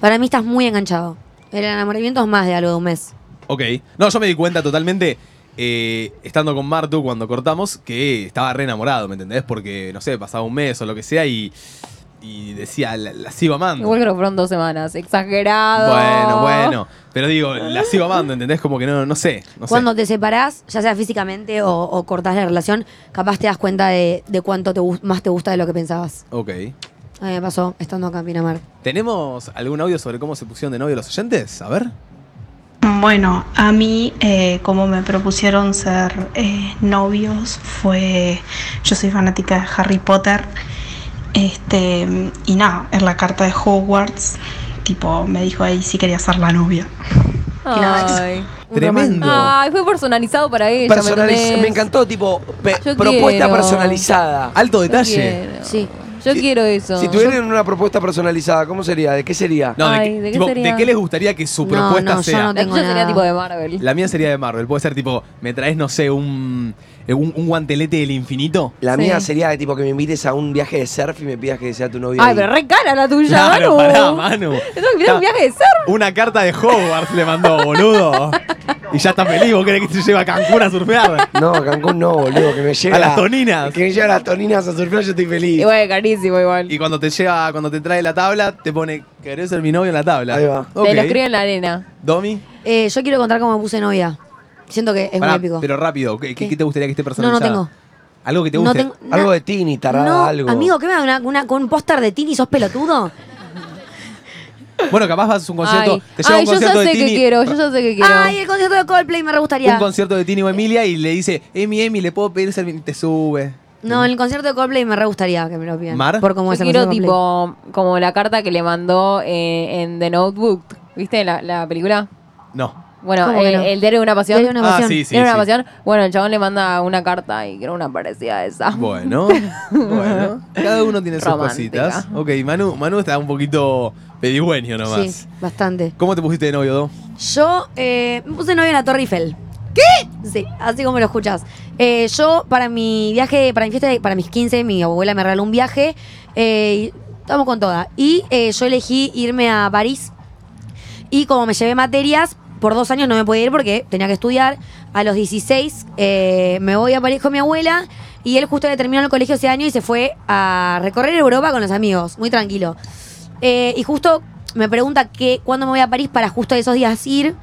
Speaker 2: Para mí estás muy enganchado. El enamoramiento es más de algo de un mes.
Speaker 5: Ok. No, yo me di cuenta totalmente, eh, estando con Martu cuando cortamos, que estaba re enamorado, ¿me entendés? Porque, no sé, pasaba un mes o lo que sea y, y decía, la, la sigo amando.
Speaker 4: Igual que lo fueron dos semanas.
Speaker 5: Bueno,
Speaker 4: Exagerado.
Speaker 5: bueno. Pero digo, la sigo amando, ¿entendés? Como que no, no sé. No sé.
Speaker 2: Cuando te separás, ya sea físicamente o, o cortás la relación, capaz te das cuenta de, de cuánto te gus- más te gusta de lo que pensabas.
Speaker 5: Ok.
Speaker 2: A mí me pasó estando acá en Pinamar.
Speaker 5: ¿Tenemos algún audio sobre cómo se pusieron de novio los oyentes? A ver.
Speaker 7: Bueno, a mí eh, como me propusieron ser eh, novios fue, yo soy fanática de Harry Potter, este y nada, en la carta de Hogwarts, tipo me dijo ahí si quería ser la novia.
Speaker 4: Ay.
Speaker 5: Tremendo.
Speaker 4: Ay, fue personalizado para ella.
Speaker 3: Personaliz-
Speaker 4: entendés?
Speaker 3: me encantó, tipo, pe-
Speaker 4: Yo
Speaker 3: propuesta
Speaker 4: quiero.
Speaker 3: personalizada.
Speaker 5: Alto
Speaker 4: Yo
Speaker 5: detalle.
Speaker 4: quiero.
Speaker 2: Sí.
Speaker 4: Yo
Speaker 3: Si-
Speaker 4: quiero eso.
Speaker 3: Si tuvieran una propuesta personalizada, ¿cómo sería? ¿De qué sería?
Speaker 5: No,
Speaker 4: Ay,
Speaker 5: de,
Speaker 4: ¿de
Speaker 5: qué,
Speaker 4: qué
Speaker 5: tipo,
Speaker 4: sería?
Speaker 5: ¿de qué les gustaría que su
Speaker 2: No,
Speaker 5: propuesta
Speaker 2: no, yo
Speaker 5: sea?
Speaker 2: no
Speaker 4: La
Speaker 2: tengo
Speaker 4: tuya sería
Speaker 2: nada.
Speaker 4: tipo de Marvel.
Speaker 5: La mía sería de Marvel. Puede ser tipo, me traes, no sé, un, eh, un, un guantelete del infinito.
Speaker 3: La
Speaker 4: Sí.
Speaker 3: mía sería de tipo que me invites a un viaje de surf y me pidas que sea tu novia.
Speaker 4: Ay,
Speaker 3: ahí.
Speaker 4: pero re cara la tuya, Manu.
Speaker 5: pará, Manu.
Speaker 4: Eso que mirá un viaje de surf.
Speaker 5: Una carta de Hogwarts le mandó, boludo. Y ya está feliz, vos querés que se lleve a Cancún a surfear.
Speaker 3: No, Cancún no, boludo, que me lleve
Speaker 5: A las toninas.
Speaker 3: Que me lleve a las toninas a surfear, yo estoy feliz.
Speaker 4: Igual, carísimo, igual.
Speaker 5: Y cuando te lleva, cuando te trae la tabla, te pone, querés ser mi novio en la tabla.
Speaker 3: Ahí va.
Speaker 5: Ok.
Speaker 4: Te lo escribe en la arena.
Speaker 5: Domi.
Speaker 2: Eh, yo quiero contar cómo me puse novia. Siento que es
Speaker 5: Pará,
Speaker 2: muy épico.
Speaker 5: Pero rápido, ¿qué, qué-
Speaker 2: ¿Qué?
Speaker 5: qué te gustaría que esté
Speaker 2: no, no
Speaker 5: personalizada?
Speaker 2: tengo.
Speaker 5: Algo que te
Speaker 2: No
Speaker 5: guste.
Speaker 2: tengo-
Speaker 3: Algo
Speaker 2: na-
Speaker 3: de Tini, tarada,
Speaker 2: no,
Speaker 3: algo.
Speaker 2: Amigo, ¿qué me da una, una- con un póster de Tini? ¿Sos pelotudo?
Speaker 5: Bueno, capaz vas a un concierto,
Speaker 4: Ay,
Speaker 5: te lleva a
Speaker 4: Ay,
Speaker 5: un
Speaker 4: yo ya
Speaker 5: concierto de
Speaker 4: sé
Speaker 5: Tini.
Speaker 4: que quiero, yo ya sé que quiero.
Speaker 2: Ay, el concierto de Coldplay me re gustaría.
Speaker 5: Un concierto de Tini o Emilia y le dice, Emi, Emi, ¿le puedo pedir ser mi-?" Te sube.
Speaker 2: No, el concierto de Coldplay me re gustaría que me lo pidan.
Speaker 5: ¿Mar?
Speaker 2: Por cómo es
Speaker 4: Yo
Speaker 2: el
Speaker 4: quiero
Speaker 2: concierto de Coldplay.
Speaker 4: tipo como la carta que le mandó eh, en The Notebook, ¿viste la, la película?
Speaker 5: No.
Speaker 4: Bueno,
Speaker 2: ¿Cómo que
Speaker 4: el,
Speaker 2: no?
Speaker 4: el diario de una pasión.
Speaker 2: Diario de una
Speaker 5: Ah,
Speaker 2: pasión.
Speaker 5: sí, sí.
Speaker 4: Diario de una pasión. Bueno, el chabón le manda una carta y quiero una parecida a esa.
Speaker 2: <laughs>
Speaker 5: Bueno, bueno. Cada uno tiene sus
Speaker 4: Romántica.
Speaker 5: cositas. Ok, Manu, Manu está un poquito pedigüeño nomás.
Speaker 2: Sí, bastante.
Speaker 5: ¿Cómo te pusiste de novio, Do?
Speaker 2: Yo eh, me puse novia en la Torre Eiffel. ¿Qué? Sí, así como lo escuchas. Eh, yo, para mi viaje, para mi fiesta, de- para mis 15, mi abuela me regaló un viaje. eh, y estamos con toda. Y eh, yo elegí irme a París. Y como me llevé materias, por dos años no me podía ir porque tenía que estudiar. A los 16 eh, me voy a París con mi abuela. Y él justo había terminado el colegio ese año y se fue a recorrer Europa con los amigos. Muy tranquilo. Eh, y justo me pregunta que cuándo me voy a París para justo esos días ir.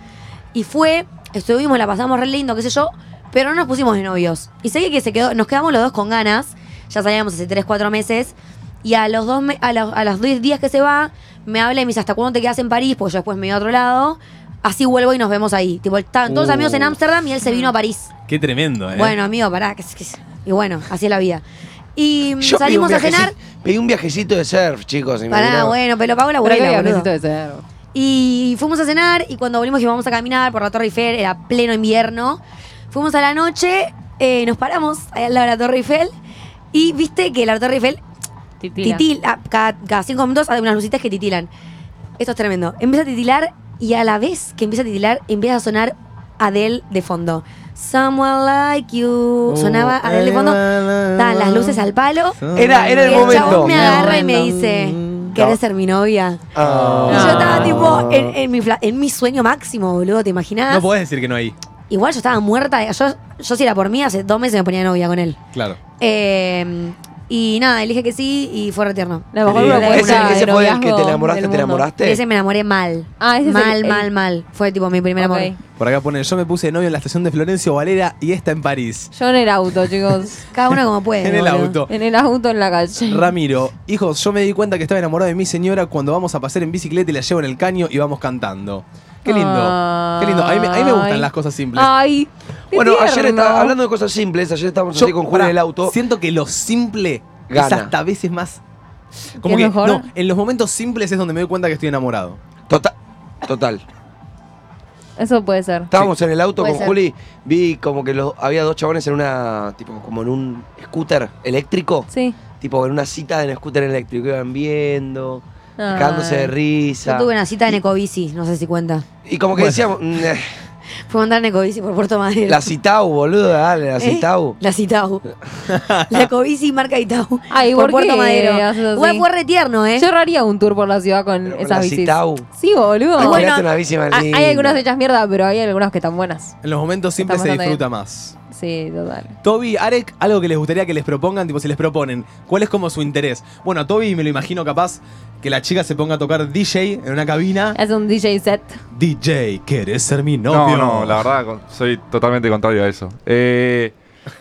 Speaker 2: Y fue, estuvimos, la pasamos re lindo, qué sé yo, pero no nos pusimos de novios. Y sé que se quedó, nos quedamos los dos con ganas. Ya salíamos hace 3, 4 meses. Y a los dos me- a los, a los 10 días que se va, me habla y me dice, ¿hasta cuándo te quedas en París? Porque yo después me voy a otro lado. Así vuelvo y nos vemos ahí. Tipo, estaban todos
Speaker 5: Uh.
Speaker 2: amigos en Ámsterdam y él se vino a París.
Speaker 5: Qué tremendo, ¿eh?
Speaker 2: Bueno, amigo, pará. que- que- y bueno, así es la vida. Y mm,
Speaker 3: Yo pedí un
Speaker 2: salimos a
Speaker 3: viajeci-
Speaker 2: cenar.
Speaker 3: Pedí un viajecito de surf, chicos.
Speaker 2: Pará,
Speaker 3: imagínate.
Speaker 2: bueno, pero pago la
Speaker 4: Pero qué
Speaker 2: abuela, boludo.
Speaker 4: viajecito de ser.
Speaker 2: Y fuimos a cenar y cuando volvimos y vamos a caminar por la Torre Eiffel, era pleno invierno. Fuimos a la noche, eh, nos paramos ahí al lado de la Torre Eiffel y viste que la Torre Eiffel
Speaker 4: Titila.
Speaker 2: titila, cada, cada cinco minutos hay unas lucitas que titilan. Esto es tremendo. Empieza a titilar y a la vez que empieza a titilar empieza a sonar Adele de fondo. Someone like
Speaker 3: Oh,
Speaker 2: you. uh, Sonaba
Speaker 5: Oh,
Speaker 2: Adele de fondo. Estaban
Speaker 5: eh,
Speaker 2: las luces al palo.
Speaker 3: Era, era el
Speaker 2: y el chabón
Speaker 3: momento.
Speaker 2: me
Speaker 4: Era el
Speaker 2: agarra y me
Speaker 4: momento.
Speaker 2: dice, ¿querés ser mi novia?
Speaker 3: Ah.
Speaker 2: Y yo estaba tipo en, en mi, fla- en mi sueño máximo, boludo, ¿te imaginas?
Speaker 5: No podés decir que no ahí.
Speaker 2: Igual yo estaba muerta. Yo, yo si era por mí, hace dos meses me ponía novia con él.
Speaker 5: Claro.
Speaker 2: Eh, y nada, elige que sí y fue retierno.
Speaker 4: La mejor
Speaker 5: Ese-
Speaker 4: propuesta
Speaker 3: ese
Speaker 4: de
Speaker 3: fue el que te
Speaker 4: noviazgo
Speaker 3: enamoraste,
Speaker 4: del
Speaker 3: te
Speaker 4: mundo.
Speaker 3: enamoraste.
Speaker 2: Ese me enamoré mal.
Speaker 4: Ah, ese es
Speaker 2: mal,
Speaker 4: el- el-
Speaker 2: mal, mal. Fue tipo mi primer
Speaker 4: Ok.
Speaker 2: amor.
Speaker 5: Por acá pone, yo me puse de novio en la estación de Florencio Valera y esta en París.
Speaker 4: Yo en el auto, chicos.
Speaker 2: Cada uno como puede.
Speaker 5: <laughs> En el
Speaker 2: boludo.
Speaker 5: auto.
Speaker 4: En el auto, en la calle.
Speaker 5: Ramiro, hijos, yo me di cuenta que estaba enamorado de mi señora cuando vamos a pasear en bicicleta y la llevo en el caño y vamos cantando. Qué lindo. Qué lindo. A mí, me- a mí me gustan
Speaker 4: Ay. Ah.
Speaker 5: las cosas simples.
Speaker 4: Ay. qué
Speaker 3: Bueno, ayer
Speaker 4: tierno.
Speaker 3: estaba hablando de cosas simples, ayer estábamos así con Juan
Speaker 5: pará,
Speaker 3: en el auto.
Speaker 5: Siento que lo simple es
Speaker 3: Gana.
Speaker 5: hasta a veces más. Como
Speaker 4: ¿Qué
Speaker 5: que,
Speaker 4: es mejor?
Speaker 5: no, en los momentos simples es donde me doy cuenta que estoy enamorado.
Speaker 3: Total. Tota- Total.
Speaker 4: Eso puede ser.
Speaker 3: Estábamos en el auto
Speaker 2: Puede
Speaker 3: con
Speaker 2: ser.
Speaker 3: Juli, vi como que los- había dos chabones en una, tipo, como en un scooter eléctrico,
Speaker 4: Sí.
Speaker 3: tipo en una cita en scooter eléctrico, iban viendo, cagándose de
Speaker 2: Yo
Speaker 3: risa.
Speaker 2: tuve una cita en Ecobici, no sé si cuenta.
Speaker 3: Y como que
Speaker 5: Bueno.
Speaker 3: decíamos, mm, eh,
Speaker 2: Fue andar en Ecobici por Puerto Madero.
Speaker 3: la Citau, boludo, dale, la
Speaker 2: ¿Eh?
Speaker 3: Citau.
Speaker 2: La
Speaker 5: <laughs>
Speaker 2: Citau. la Ecobici marca Itau.
Speaker 4: Ay,
Speaker 2: por,
Speaker 4: ¿por
Speaker 2: Puerto
Speaker 4: qué
Speaker 2: Madero.
Speaker 4: haces así?
Speaker 2: Igual fue retierno, ¿eh?
Speaker 4: Yo haría un tour por la ciudad con
Speaker 3: Pero con
Speaker 4: esas
Speaker 3: la
Speaker 4: bicis.
Speaker 3: Citau.
Speaker 4: Sí, boludo.
Speaker 3: Ay,
Speaker 4: Bueno,
Speaker 3: tirate una bici más
Speaker 4: a- hay
Speaker 3: linda.
Speaker 4: algunas hechas mierda, pero hay algunas que están buenas.
Speaker 5: En los momentos simples se
Speaker 4: Estamos
Speaker 5: disfruta
Speaker 4: hablando
Speaker 5: más.
Speaker 4: Sí, total.
Speaker 5: Toby, Arek, algo que les gustaría que les propongan, tipo si les proponen, ¿cuál es como su interés? Bueno, a Toby me lo imagino capaz que la chica se ponga a tocar DJ en una cabina.
Speaker 4: Es un DJ set.
Speaker 5: DJ, ¿querés ser mi
Speaker 8: No,
Speaker 5: novio?
Speaker 8: no, la verdad con- soy totalmente contrario a eso. Eh,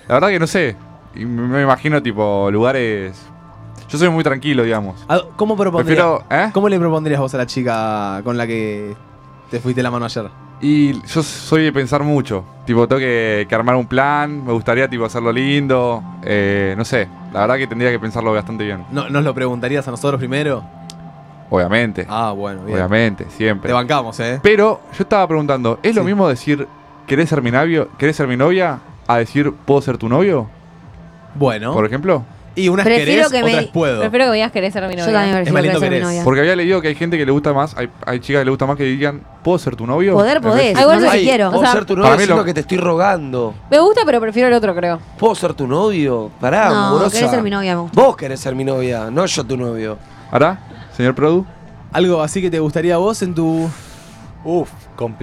Speaker 8: la verdad que no sé. Y m- Me imagino tipo lugares. Yo soy muy tranquilo, digamos.
Speaker 5: Ah, ¿Cómo propondrías? Ah.
Speaker 8: Prefiero, ¿eh?
Speaker 5: ¿Cómo le propondrías vos a la chica con la que te fuiste la mano ayer?
Speaker 8: Y yo soy de pensar mucho. Tipo, tengo que, que armar un plan. Me gustaría tipo hacerlo lindo. Eh, no sé. La verdad que tendría que pensarlo bastante bien.
Speaker 5: No, ¿Nos lo preguntarías a nosotros primero?
Speaker 8: Obviamente.
Speaker 5: Ah, bueno, bien.
Speaker 8: obviamente, siempre.
Speaker 5: Te bancamos, ¿eh?
Speaker 8: Pero yo estaba preguntando, ¿es lo
Speaker 5: Sí.
Speaker 8: mismo decir ¿querés ser mi novio? ¿Querés ser mi novia? a decir ¿puedo ser tu novio?
Speaker 5: Bueno.
Speaker 8: Por ejemplo.
Speaker 5: Y unas
Speaker 2: Prefiero
Speaker 5: querés,
Speaker 2: que me-
Speaker 5: otras puedo.
Speaker 4: Prefiero que me digas querés ser mi
Speaker 2: Yo
Speaker 4: novia.
Speaker 2: también
Speaker 5: Es
Speaker 2: prefiero
Speaker 5: más
Speaker 2: que
Speaker 5: lindo
Speaker 2: sea mi
Speaker 5: que eres.
Speaker 2: novia.
Speaker 8: Porque había leído que hay gente que le gusta más, hay, hay chicas que le gusta más que digan ¿puedo ser tu novio?
Speaker 2: Poder,
Speaker 8: En vez de
Speaker 2: podés.
Speaker 8: decir,
Speaker 4: Ay, bueno,
Speaker 2: no sé
Speaker 4: sí.
Speaker 2: si quiero.
Speaker 3: Puedo
Speaker 4: O sea,
Speaker 3: ser tu
Speaker 8: para
Speaker 3: novio,
Speaker 8: mí
Speaker 3: es lo
Speaker 8: lo-
Speaker 3: que te estoy rogando.
Speaker 4: Me gusta, pero prefiero el otro, creo.
Speaker 3: ¿Puedo ser tu novio? Pará,
Speaker 2: No,
Speaker 3: amorosa.
Speaker 2: querés ser mi novia, me gusta.
Speaker 3: Vos querés ser mi novia, no yo tu novio.
Speaker 8: ¿Hará? Señor Produ.
Speaker 5: Algo así que te gustaría a vos en tu.
Speaker 6: Uf,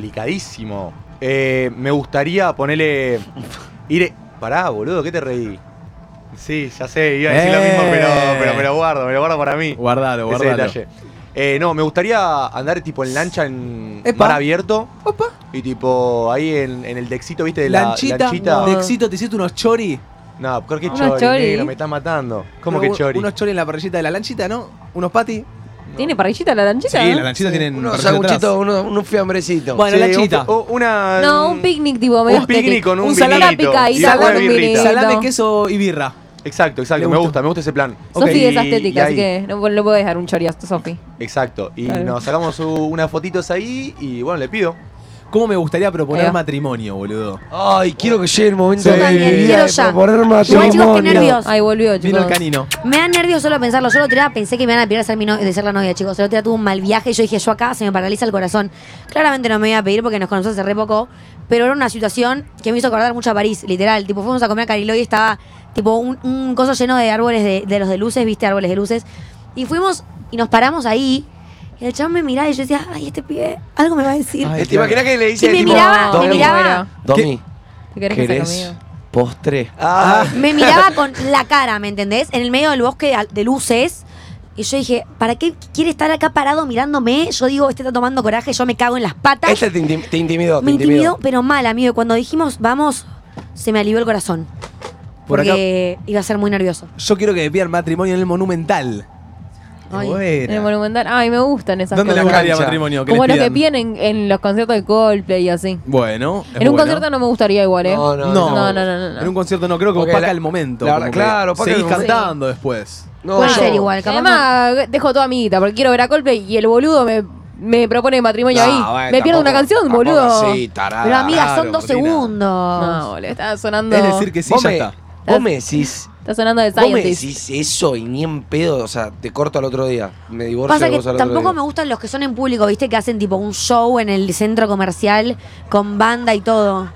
Speaker 6: complicadísimo. Eh, me gustaría ponerle. Ir. Pará, boludo, ¿qué te reí? Sí, ya sé, iba a decir lo mismo,
Speaker 5: Eh.
Speaker 6: pero, pero me lo guardo, me lo guardo para mí.
Speaker 5: Guardalo,
Speaker 6: ese
Speaker 5: guardalo.
Speaker 6: detalle. Eh, no, me gustaría andar tipo en lancha en
Speaker 5: Epa.
Speaker 6: mar abierto. Y tipo ahí en, en el dexito, ¿viste? De la
Speaker 5: lanchita,
Speaker 6: lanchita.
Speaker 5: de éxito, te hiciste unos chori.
Speaker 6: No, creo que
Speaker 4: Unos
Speaker 6: chori,
Speaker 4: chori.
Speaker 6: negro, me estás matando. ¿Cómo que
Speaker 5: Unos-
Speaker 6: chori?
Speaker 5: Unos chori en la parrillita de la lanchita, ¿no? Unos patis.
Speaker 4: ¿Tiene parrillita la lanchita?
Speaker 5: Sí,
Speaker 4: no?
Speaker 5: las lanchitas tienen.
Speaker 3: Unos
Speaker 5: parrillita atrás.
Speaker 3: sanguchitos, unos, unos fiambrecitos.
Speaker 5: Bueno,
Speaker 6: Sí,
Speaker 5: la chita.
Speaker 6: un- o- una,
Speaker 4: No, un picnic tipo medio
Speaker 6: Un picnic con un,
Speaker 5: Un salame
Speaker 6: vinito
Speaker 4: picadita
Speaker 6: y una
Speaker 4: con un
Speaker 6: birrita.
Speaker 4: vinito.
Speaker 5: Salame,
Speaker 4: Lindo.
Speaker 5: queso y birra.
Speaker 6: Exacto,
Speaker 5: Le
Speaker 6: exacto. Me
Speaker 5: gustó.
Speaker 6: gusta, me gusta ese plan.
Speaker 4: Sofi
Speaker 6: Y-
Speaker 4: es
Speaker 6: y
Speaker 4: estética, así
Speaker 6: ahí-
Speaker 4: que no, no puedo dejar un choriazo, Sofi.
Speaker 6: Exacto. Y
Speaker 4: Claro.
Speaker 6: nos sacamos u- unas fotitos ahí y bueno, le pido.
Speaker 5: ¿Cómo me gustaría
Speaker 4: Ahí
Speaker 5: proponer
Speaker 4: va.
Speaker 5: matrimonio, boludo?
Speaker 3: Ay, quiero que llegue el momento
Speaker 5: Yo
Speaker 3: de
Speaker 5: también,
Speaker 3: mi vida
Speaker 2: quiero
Speaker 3: de
Speaker 2: ya.
Speaker 3: proponerme
Speaker 2: Igual, chicos, qué
Speaker 3: matrimonio.
Speaker 2: nervios.
Speaker 4: Ay, volvió,
Speaker 5: Vino el
Speaker 4: chicos.
Speaker 5: canino.
Speaker 2: Me dan nervios solo pensarlo. Yo lo tiraba, pensé que me iban a pedir de ser, mi no- de ser la novia, chicos. El otro día tuve un mal viaje y yo dije, yo acá se me paraliza el corazón. Claramente no me iba a pedir porque nos conocemos hace re poco, pero era una situación que me hizo acordar mucho a París, literal. Tipo, fuimos a comer a Cariló y estaba tipo un, un coso lleno de árboles de, de los de luces, viste, árboles de luces. Y fuimos y nos paramos ahí. Y el chabón me miraba y yo decía, ay, este pibe, algo me va a decir.
Speaker 5: Ay,
Speaker 3: ¿Te imaginas que le
Speaker 2: y
Speaker 3: dice
Speaker 2: me
Speaker 3: tipo,
Speaker 2: miraba, me
Speaker 3: Domi,
Speaker 2: miraba.
Speaker 3: Domi,
Speaker 4: ¿Qué querés que sea
Speaker 3: ¿querés
Speaker 4: conmigo?
Speaker 3: postre?
Speaker 6: "Ah,
Speaker 5: Ah.
Speaker 2: Me miraba con la cara, ¿me entendés? En el medio del bosque de- de luces. Y yo dije, ¿para qué quiere estar acá parado mirándome? Yo digo, este está tomando coraje, yo me cago en las patas.
Speaker 3: Este te, intim- te intimidó, te
Speaker 2: me intimidó,
Speaker 3: intimidó.
Speaker 2: pero mal, amigo. Y cuando dijimos, vamos, se me alivió el corazón.
Speaker 5: Por acá-
Speaker 2: Porque iba a ser muy nervioso.
Speaker 5: Yo quiero que me pidan matrimonio en el Monumental.
Speaker 4: Ay, en
Speaker 5: Buena.
Speaker 4: el Monumental. Ay, me gustan esas
Speaker 5: ¿Dónde les
Speaker 4: cosas.
Speaker 5: gustaría
Speaker 3: cancha.
Speaker 5: matrimonio? Que
Speaker 4: Como
Speaker 5: les
Speaker 4: los que
Speaker 5: pidan?
Speaker 4: piden en, en los conciertos de Coldplay y así.
Speaker 5: Bueno. es
Speaker 4: en un
Speaker 5: bueno.
Speaker 4: concierto no me gustaría igual, ¿eh?
Speaker 3: No, no,
Speaker 5: No.
Speaker 4: No, no, no, no.
Speaker 5: En un concierto no creo que
Speaker 3: Porque
Speaker 5: opaca
Speaker 3: la-
Speaker 5: el momento.
Speaker 3: la
Speaker 5: como
Speaker 3: verdad-
Speaker 5: que
Speaker 3: claro, opaca
Speaker 5: Seguís
Speaker 3: el momento.
Speaker 5: cantando después.
Speaker 3: No,
Speaker 2: Puede
Speaker 3: yo-
Speaker 2: ser igual, capaz.
Speaker 4: Además, dejo toda mi guita porque quiero ver a Coldplay y el boludo me, me propone matrimonio
Speaker 3: No,
Speaker 4: ahí.
Speaker 3: bueno,
Speaker 4: me pierdo una
Speaker 3: tampoco-
Speaker 4: canción,
Speaker 3: tampoco
Speaker 4: boludo.
Speaker 3: así, tarada.
Speaker 2: pero amiga, son
Speaker 5: Ah, claro,
Speaker 2: dos
Speaker 5: Martina.
Speaker 2: segundos.
Speaker 4: No, boludo, está sonando.
Speaker 5: Es decir, que sí,
Speaker 3: vos,
Speaker 5: ya
Speaker 3: me,
Speaker 5: está.
Speaker 3: vos me decís,
Speaker 4: Está sonando de
Speaker 3: vos me
Speaker 4: Scientist.
Speaker 3: decís eso y ni en pedo, o sea, te corto al otro día. Me divorcio
Speaker 2: Pasa
Speaker 3: de
Speaker 2: que
Speaker 3: vos al otro
Speaker 2: tampoco me
Speaker 3: día.
Speaker 2: gustan los que son en público, ¿viste? Que hacen tipo un show en el centro comercial con banda y todo.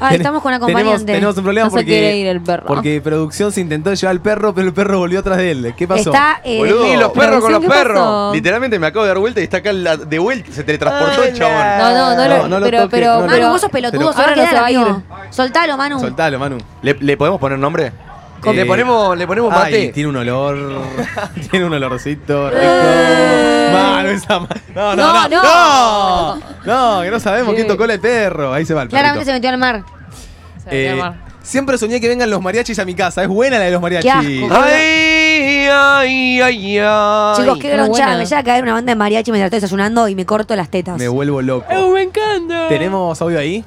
Speaker 2: Ah,
Speaker 5: Ten-
Speaker 2: estamos con
Speaker 5: tenemos,
Speaker 2: acompañante.
Speaker 5: tenemos un problema
Speaker 4: No se
Speaker 5: porque,
Speaker 4: quiere ir el perro.
Speaker 5: porque producción se intentó llevar al perro, pero el perro volvió atrás de él. ¿Qué pasó?
Speaker 2: Está eh,
Speaker 6: Boludo.
Speaker 3: Ni los perros con los
Speaker 4: ¿Qué pasó?
Speaker 3: perros.
Speaker 6: Literalmente me acabo de dar vuelta y está acá la- de vuelta. Se teletransportó el chabón.
Speaker 4: No, no, no,
Speaker 5: No,
Speaker 4: lo,
Speaker 5: no lo
Speaker 4: pero,
Speaker 5: toques,
Speaker 4: pero,
Speaker 5: no lo-
Speaker 2: Manu,
Speaker 4: pero-
Speaker 2: vos sos pelotudo,
Speaker 5: pero-
Speaker 2: se va a
Speaker 4: ahora no
Speaker 2: quedar,
Speaker 4: se va a ir.
Speaker 2: amigo. Soltalo, Manu.
Speaker 5: Soltalo, Manu.
Speaker 6: ¿Le, le podemos poner nombre?
Speaker 3: Le
Speaker 5: Eh,
Speaker 3: ponemos, le ponemos Oh, mate.
Speaker 5: Ay, tiene un olor. tiene un olorcito rico. Mano, esa ma- No, no, no.
Speaker 4: No,
Speaker 5: No,
Speaker 4: no.
Speaker 5: No, que no sabemos quién tocó el perro. Ahí se va el
Speaker 2: Claramente se
Speaker 5: perrito.
Speaker 2: metió al mar.
Speaker 4: Se va a
Speaker 5: Eh,
Speaker 4: llamar.
Speaker 5: siempre soñé que vengan los mariachis a mi casa. Es buena la de los mariachis.
Speaker 2: Qué asco.
Speaker 3: Ay, ay, ay, ay.
Speaker 2: Chicos, qué
Speaker 4: muy
Speaker 2: gronchada.
Speaker 4: buena.
Speaker 2: Me llega a caer una banda de mariachi mientras estoy desayunando y me corto las tetas.
Speaker 5: Me vuelvo loco.
Speaker 4: me encanta.
Speaker 5: ¿Tenemos audio ahí?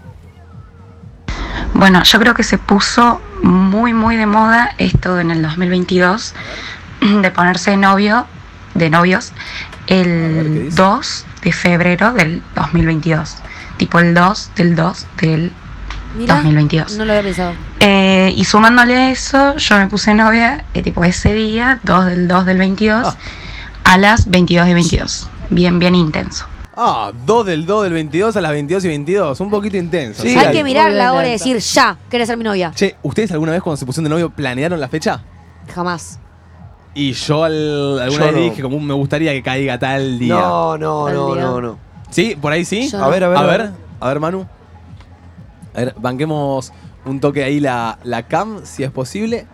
Speaker 9: Bueno, yo creo que se puso muy, muy de moda esto en el 2022 de ponerse novio, de novios,
Speaker 5: A ver, ¿qué dice?
Speaker 9: el 2 de febrero del 2022. Tipo el 2 del 2 del
Speaker 2: Mirá,
Speaker 9: 2022.
Speaker 2: No lo había pensado.
Speaker 9: Eh, y sumándole a eso, yo me puse novia, eh, tipo ese día, 2 del 2 del 22, a las 22 y 22. Bien, bien intenso.
Speaker 5: Ah, 2 del 2 del 22 a las 22 y 22. Un poquito intenso.
Speaker 3: Sí,
Speaker 5: así
Speaker 3: hay
Speaker 2: Hay que mirar la
Speaker 4: Muy
Speaker 2: hora y
Speaker 4: violenta.
Speaker 2: decir, ya, querés ser mi novia.
Speaker 5: Che, ¿ustedes alguna vez cuando se pusieron de novio planearon la fecha?
Speaker 2: Jamás.
Speaker 5: Y yo al- alguna
Speaker 3: Yo
Speaker 5: vez
Speaker 3: no.
Speaker 5: dije como "Uh, me gustaría que caiga tal día.
Speaker 3: No, no, no,
Speaker 2: Al día.
Speaker 3: no, no.
Speaker 5: ¿Sí? ¿Por ahí sí?
Speaker 2: Yo no.
Speaker 3: A ver, a ver.
Speaker 5: A ver, a ver, Manu. A ver, banquemos un toque ahí la, la cam, si es posible.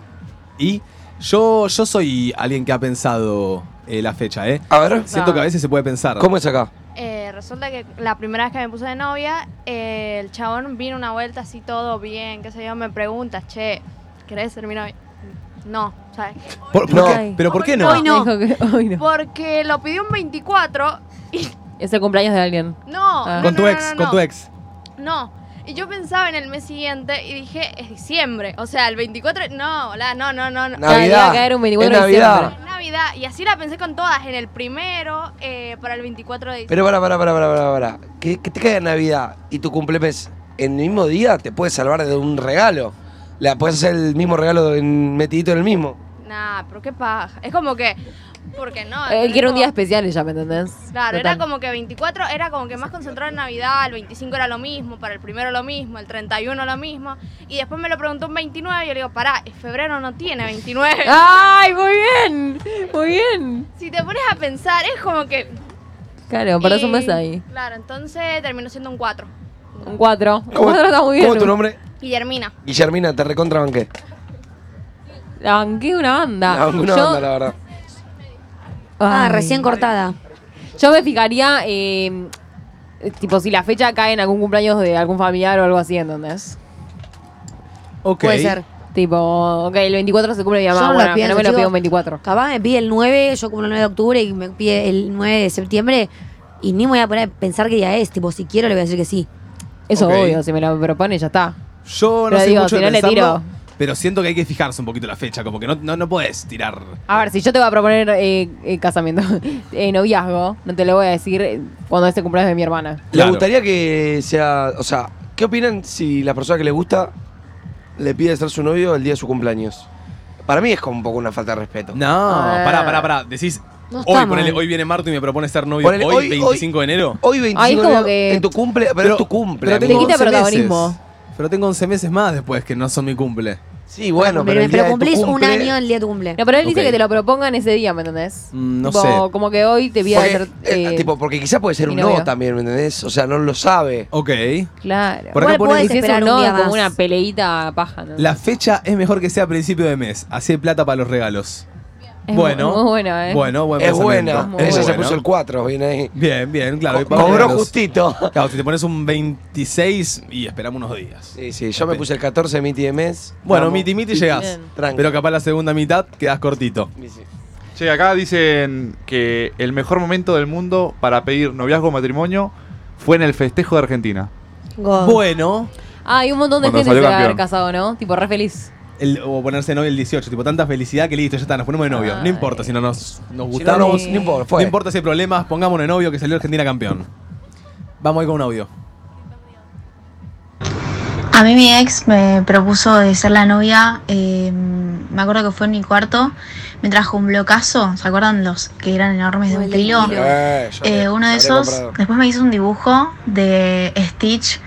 Speaker 5: Y yo, yo soy alguien que ha pensado eh, la fecha, ¿eh?
Speaker 3: A ver.
Speaker 5: Siento que a veces se puede pensar.
Speaker 3: ¿Cómo es acá?
Speaker 10: Eh, resulta que la primera vez que me puse de novia, eh, el chabón vino una vuelta así todo bien, qué sé yo, me pregunta, che, ¿querés ser mi novia? No, ¿sabes?
Speaker 5: ¿Por- por
Speaker 3: No.
Speaker 5: qué? ¿Pero por qué no?
Speaker 2: Hoy no.
Speaker 4: Dijo que hoy no.
Speaker 10: Porque lo pidió un 24.
Speaker 4: <laughs> Es el cumpleaños de alguien.
Speaker 10: No,
Speaker 4: Ah.
Speaker 10: no,
Speaker 5: Con
Speaker 10: no,
Speaker 5: tu
Speaker 10: no,
Speaker 5: ex,
Speaker 10: no,
Speaker 5: con
Speaker 10: no.
Speaker 5: tu ex.
Speaker 10: No. Y yo pensaba en el mes siguiente y dije, es diciembre. O sea, el 24. No, la, no, no, no. no.
Speaker 4: Claro, iba
Speaker 3: Navidad.
Speaker 4: a caer un
Speaker 3: Es
Speaker 4: 24 de
Speaker 3: Navidad.
Speaker 4: diciembre.
Speaker 10: Es Navidad. Y así la pensé con todas. En el primero, eh, para el 24 de diciembre.
Speaker 3: Pero para, para, para, para, para, para. Que, que te caiga Navidad y tu cumplemes en el mismo día te puede salvar de un regalo. La puedes hacer el mismo regalo en, metidito en el mismo.
Speaker 10: Nah, pero qué paja. Es como que. Porque no.
Speaker 4: Él
Speaker 10: ¿entendés?
Speaker 4: quiere un
Speaker 10: Como-
Speaker 4: día especial y ya, ¿me entendés?
Speaker 10: Claro, era
Speaker 4: Eh, Total.
Speaker 10: como que 24 era como que más concentrado en Navidad, el 25 era lo mismo, para el primero lo mismo, el 31 lo mismo. Y después me lo preguntó un 29 y yo le digo, pará, en febrero no tiene 29.
Speaker 4: ¡Ay, muy bien! Muy bien.
Speaker 10: Si te pones <laughs> a pensar, es como que.
Speaker 4: Claro, parás un
Speaker 10: y-
Speaker 4: mes ahí.
Speaker 10: Claro, entonces terminó siendo un 4.
Speaker 4: Un 4. Un 4 está muy bien.
Speaker 3: ¿Cómo es tu nombre?
Speaker 10: Guillermina.
Speaker 3: Guillermina, te recontrabanqué.
Speaker 4: La banqué una banda.
Speaker 3: No, una
Speaker 4: Yo-
Speaker 3: banda, la verdad.
Speaker 2: Ah,
Speaker 4: Ay.
Speaker 2: recién cortada.
Speaker 4: Yo me fijaría, eh, tipo, si la fecha cae en algún cumpleaños de algún familiar o algo así, ¿entendés?
Speaker 5: Ok.
Speaker 2: Puede ser.
Speaker 4: Tipo, ok, el 24 se cumple mi mamá.
Speaker 2: Yo no
Speaker 4: bueno,
Speaker 2: la
Speaker 4: que no me
Speaker 2: pienso,
Speaker 4: lo pido
Speaker 2: chicos.
Speaker 4: un 24.
Speaker 2: Capaz me pide el 9, yo cumplo el 9 de octubre y me pide el 9 de septiembre. Y ni me voy a poner a pensar qué día es. Tipo, si quiero le voy a decir que sí.
Speaker 4: Eso
Speaker 5: Ok.
Speaker 4: obvio, si me lo propone, ya está.
Speaker 5: Yo no
Speaker 4: Pero
Speaker 5: sé
Speaker 4: digo,
Speaker 5: mucho
Speaker 4: si
Speaker 5: de
Speaker 4: no le
Speaker 5: pensarlo,
Speaker 4: tiro.
Speaker 5: pero siento que hay que fijarse un poquito la fecha, como que no, no, no podés tirar.
Speaker 4: A ver, si yo te voy a proponer eh, eh, casamiento, <laughs> eh, noviazgo, no te lo voy a decir eh, cuando es el cumpleaños de mi hermana.
Speaker 5: Claro.
Speaker 3: Le gustaría que sea. O sea, ¿qué opinan si la persona que le gusta le pide ser su novio el día de su cumpleaños? Para mí es como un poco una falta de respeto.
Speaker 5: No,
Speaker 4: Ah.
Speaker 5: pará, pará, pará. Decís,
Speaker 2: No está
Speaker 5: hoy, ponele,
Speaker 2: mal.
Speaker 5: hoy viene Marto y me propone ser novio.
Speaker 3: Ponele,
Speaker 5: hoy,
Speaker 3: hoy-
Speaker 5: 25 de enero.
Speaker 3: Hoy 25
Speaker 4: Ahí
Speaker 3: de
Speaker 4: como
Speaker 3: enero,
Speaker 4: que-
Speaker 3: en tu cumple, pero, es tu cumple.
Speaker 4: te
Speaker 3: amigo.
Speaker 4: quita
Speaker 5: 11
Speaker 4: protagonismo.
Speaker 5: meses. Pero tengo 11 meses más después que no son mi cumple.
Speaker 3: Sí, bueno, pero, el día
Speaker 2: pero
Speaker 3: de tu
Speaker 2: cumplís un
Speaker 3: cumple-
Speaker 2: año el día de tu cumple.
Speaker 4: No, pero él dice
Speaker 5: Ok.
Speaker 4: que te lo propongan ese día, ¿me entendés?
Speaker 5: Mm, no
Speaker 4: Tipo,
Speaker 5: sé.
Speaker 4: Como que hoy te pida
Speaker 3: Porque,
Speaker 4: hacer.
Speaker 3: eh,
Speaker 4: eh,
Speaker 3: tipo, porque quizá puede ser
Speaker 4: mi
Speaker 3: un no
Speaker 4: novio.
Speaker 3: también, ¿me entendés? O sea, no lo sabe.
Speaker 5: Ok.
Speaker 4: Claro.
Speaker 5: Por acá
Speaker 2: Igual
Speaker 5: pone-
Speaker 2: podés
Speaker 4: Y si es
Speaker 2: esperar
Speaker 4: un
Speaker 2: un
Speaker 4: no,
Speaker 2: día
Speaker 4: es como
Speaker 2: más.
Speaker 4: una peleita paja, ¿no?
Speaker 5: La fecha es mejor que sea a principio de mes. Así hay plata para los regalos.
Speaker 4: Es
Speaker 5: bueno.
Speaker 4: muy- muy bueno, ¿eh?
Speaker 5: Bueno, buen
Speaker 3: es
Speaker 5: pensamiento.
Speaker 3: buena.
Speaker 4: Muy
Speaker 5: Es
Speaker 3: Ella se
Speaker 5: bueno.
Speaker 3: puso el 4, viene ahí.
Speaker 5: Bien, bien, claro. y
Speaker 3: Co-
Speaker 5: para los
Speaker 3: Cobró
Speaker 5: regalos.
Speaker 3: justito.
Speaker 5: Claro, si te pones un 26 y esperamos unos días.
Speaker 3: Sí, sí, yo me puse el 14 miti de mes.
Speaker 5: Bueno,
Speaker 3: Vamos.
Speaker 5: miti miti llegás.
Speaker 4: Bien.
Speaker 3: Tranqui.
Speaker 5: Pero capaz la segunda mitad quedás cortito.
Speaker 8: Che, acá dicen que el mejor momento del mundo para pedir noviazgo o matrimonio fue en el festejo de Argentina.
Speaker 4: Oh.
Speaker 2: God.
Speaker 5: Bueno,
Speaker 4: Ah, y un montón de
Speaker 8: Cuando
Speaker 4: gente se
Speaker 8: salió
Speaker 4: va a haber
Speaker 8: campeón.
Speaker 4: casado, ¿no? Tipo, re feliz.
Speaker 5: el- o ponerse de novio el 18, tipo tanta felicidad que listo, ya está, nos ponemos de novio. No
Speaker 4: Ay.
Speaker 5: importa si no nos, nos
Speaker 3: Si no, no,
Speaker 5: gustamos.
Speaker 3: no importa,
Speaker 5: no
Speaker 3: fue.
Speaker 5: importa si hay problemas, pongámonos de novio que salió Argentina campeón. Vamos ahí con un audio.
Speaker 9: A mí mi ex me propuso de ser la novia, eh, me acuerdo que fue en mi cuarto, me trajo un blocazo, ¿se acuerdan los que eran enormes de
Speaker 2: Como
Speaker 9: un
Speaker 2: el del
Speaker 9: kilo?
Speaker 2: kilo.
Speaker 3: Eh, yo
Speaker 9: Eh,
Speaker 3: le-
Speaker 9: uno de
Speaker 3: habré
Speaker 9: esos,
Speaker 3: comprado.
Speaker 9: después me hizo un dibujo de Stitch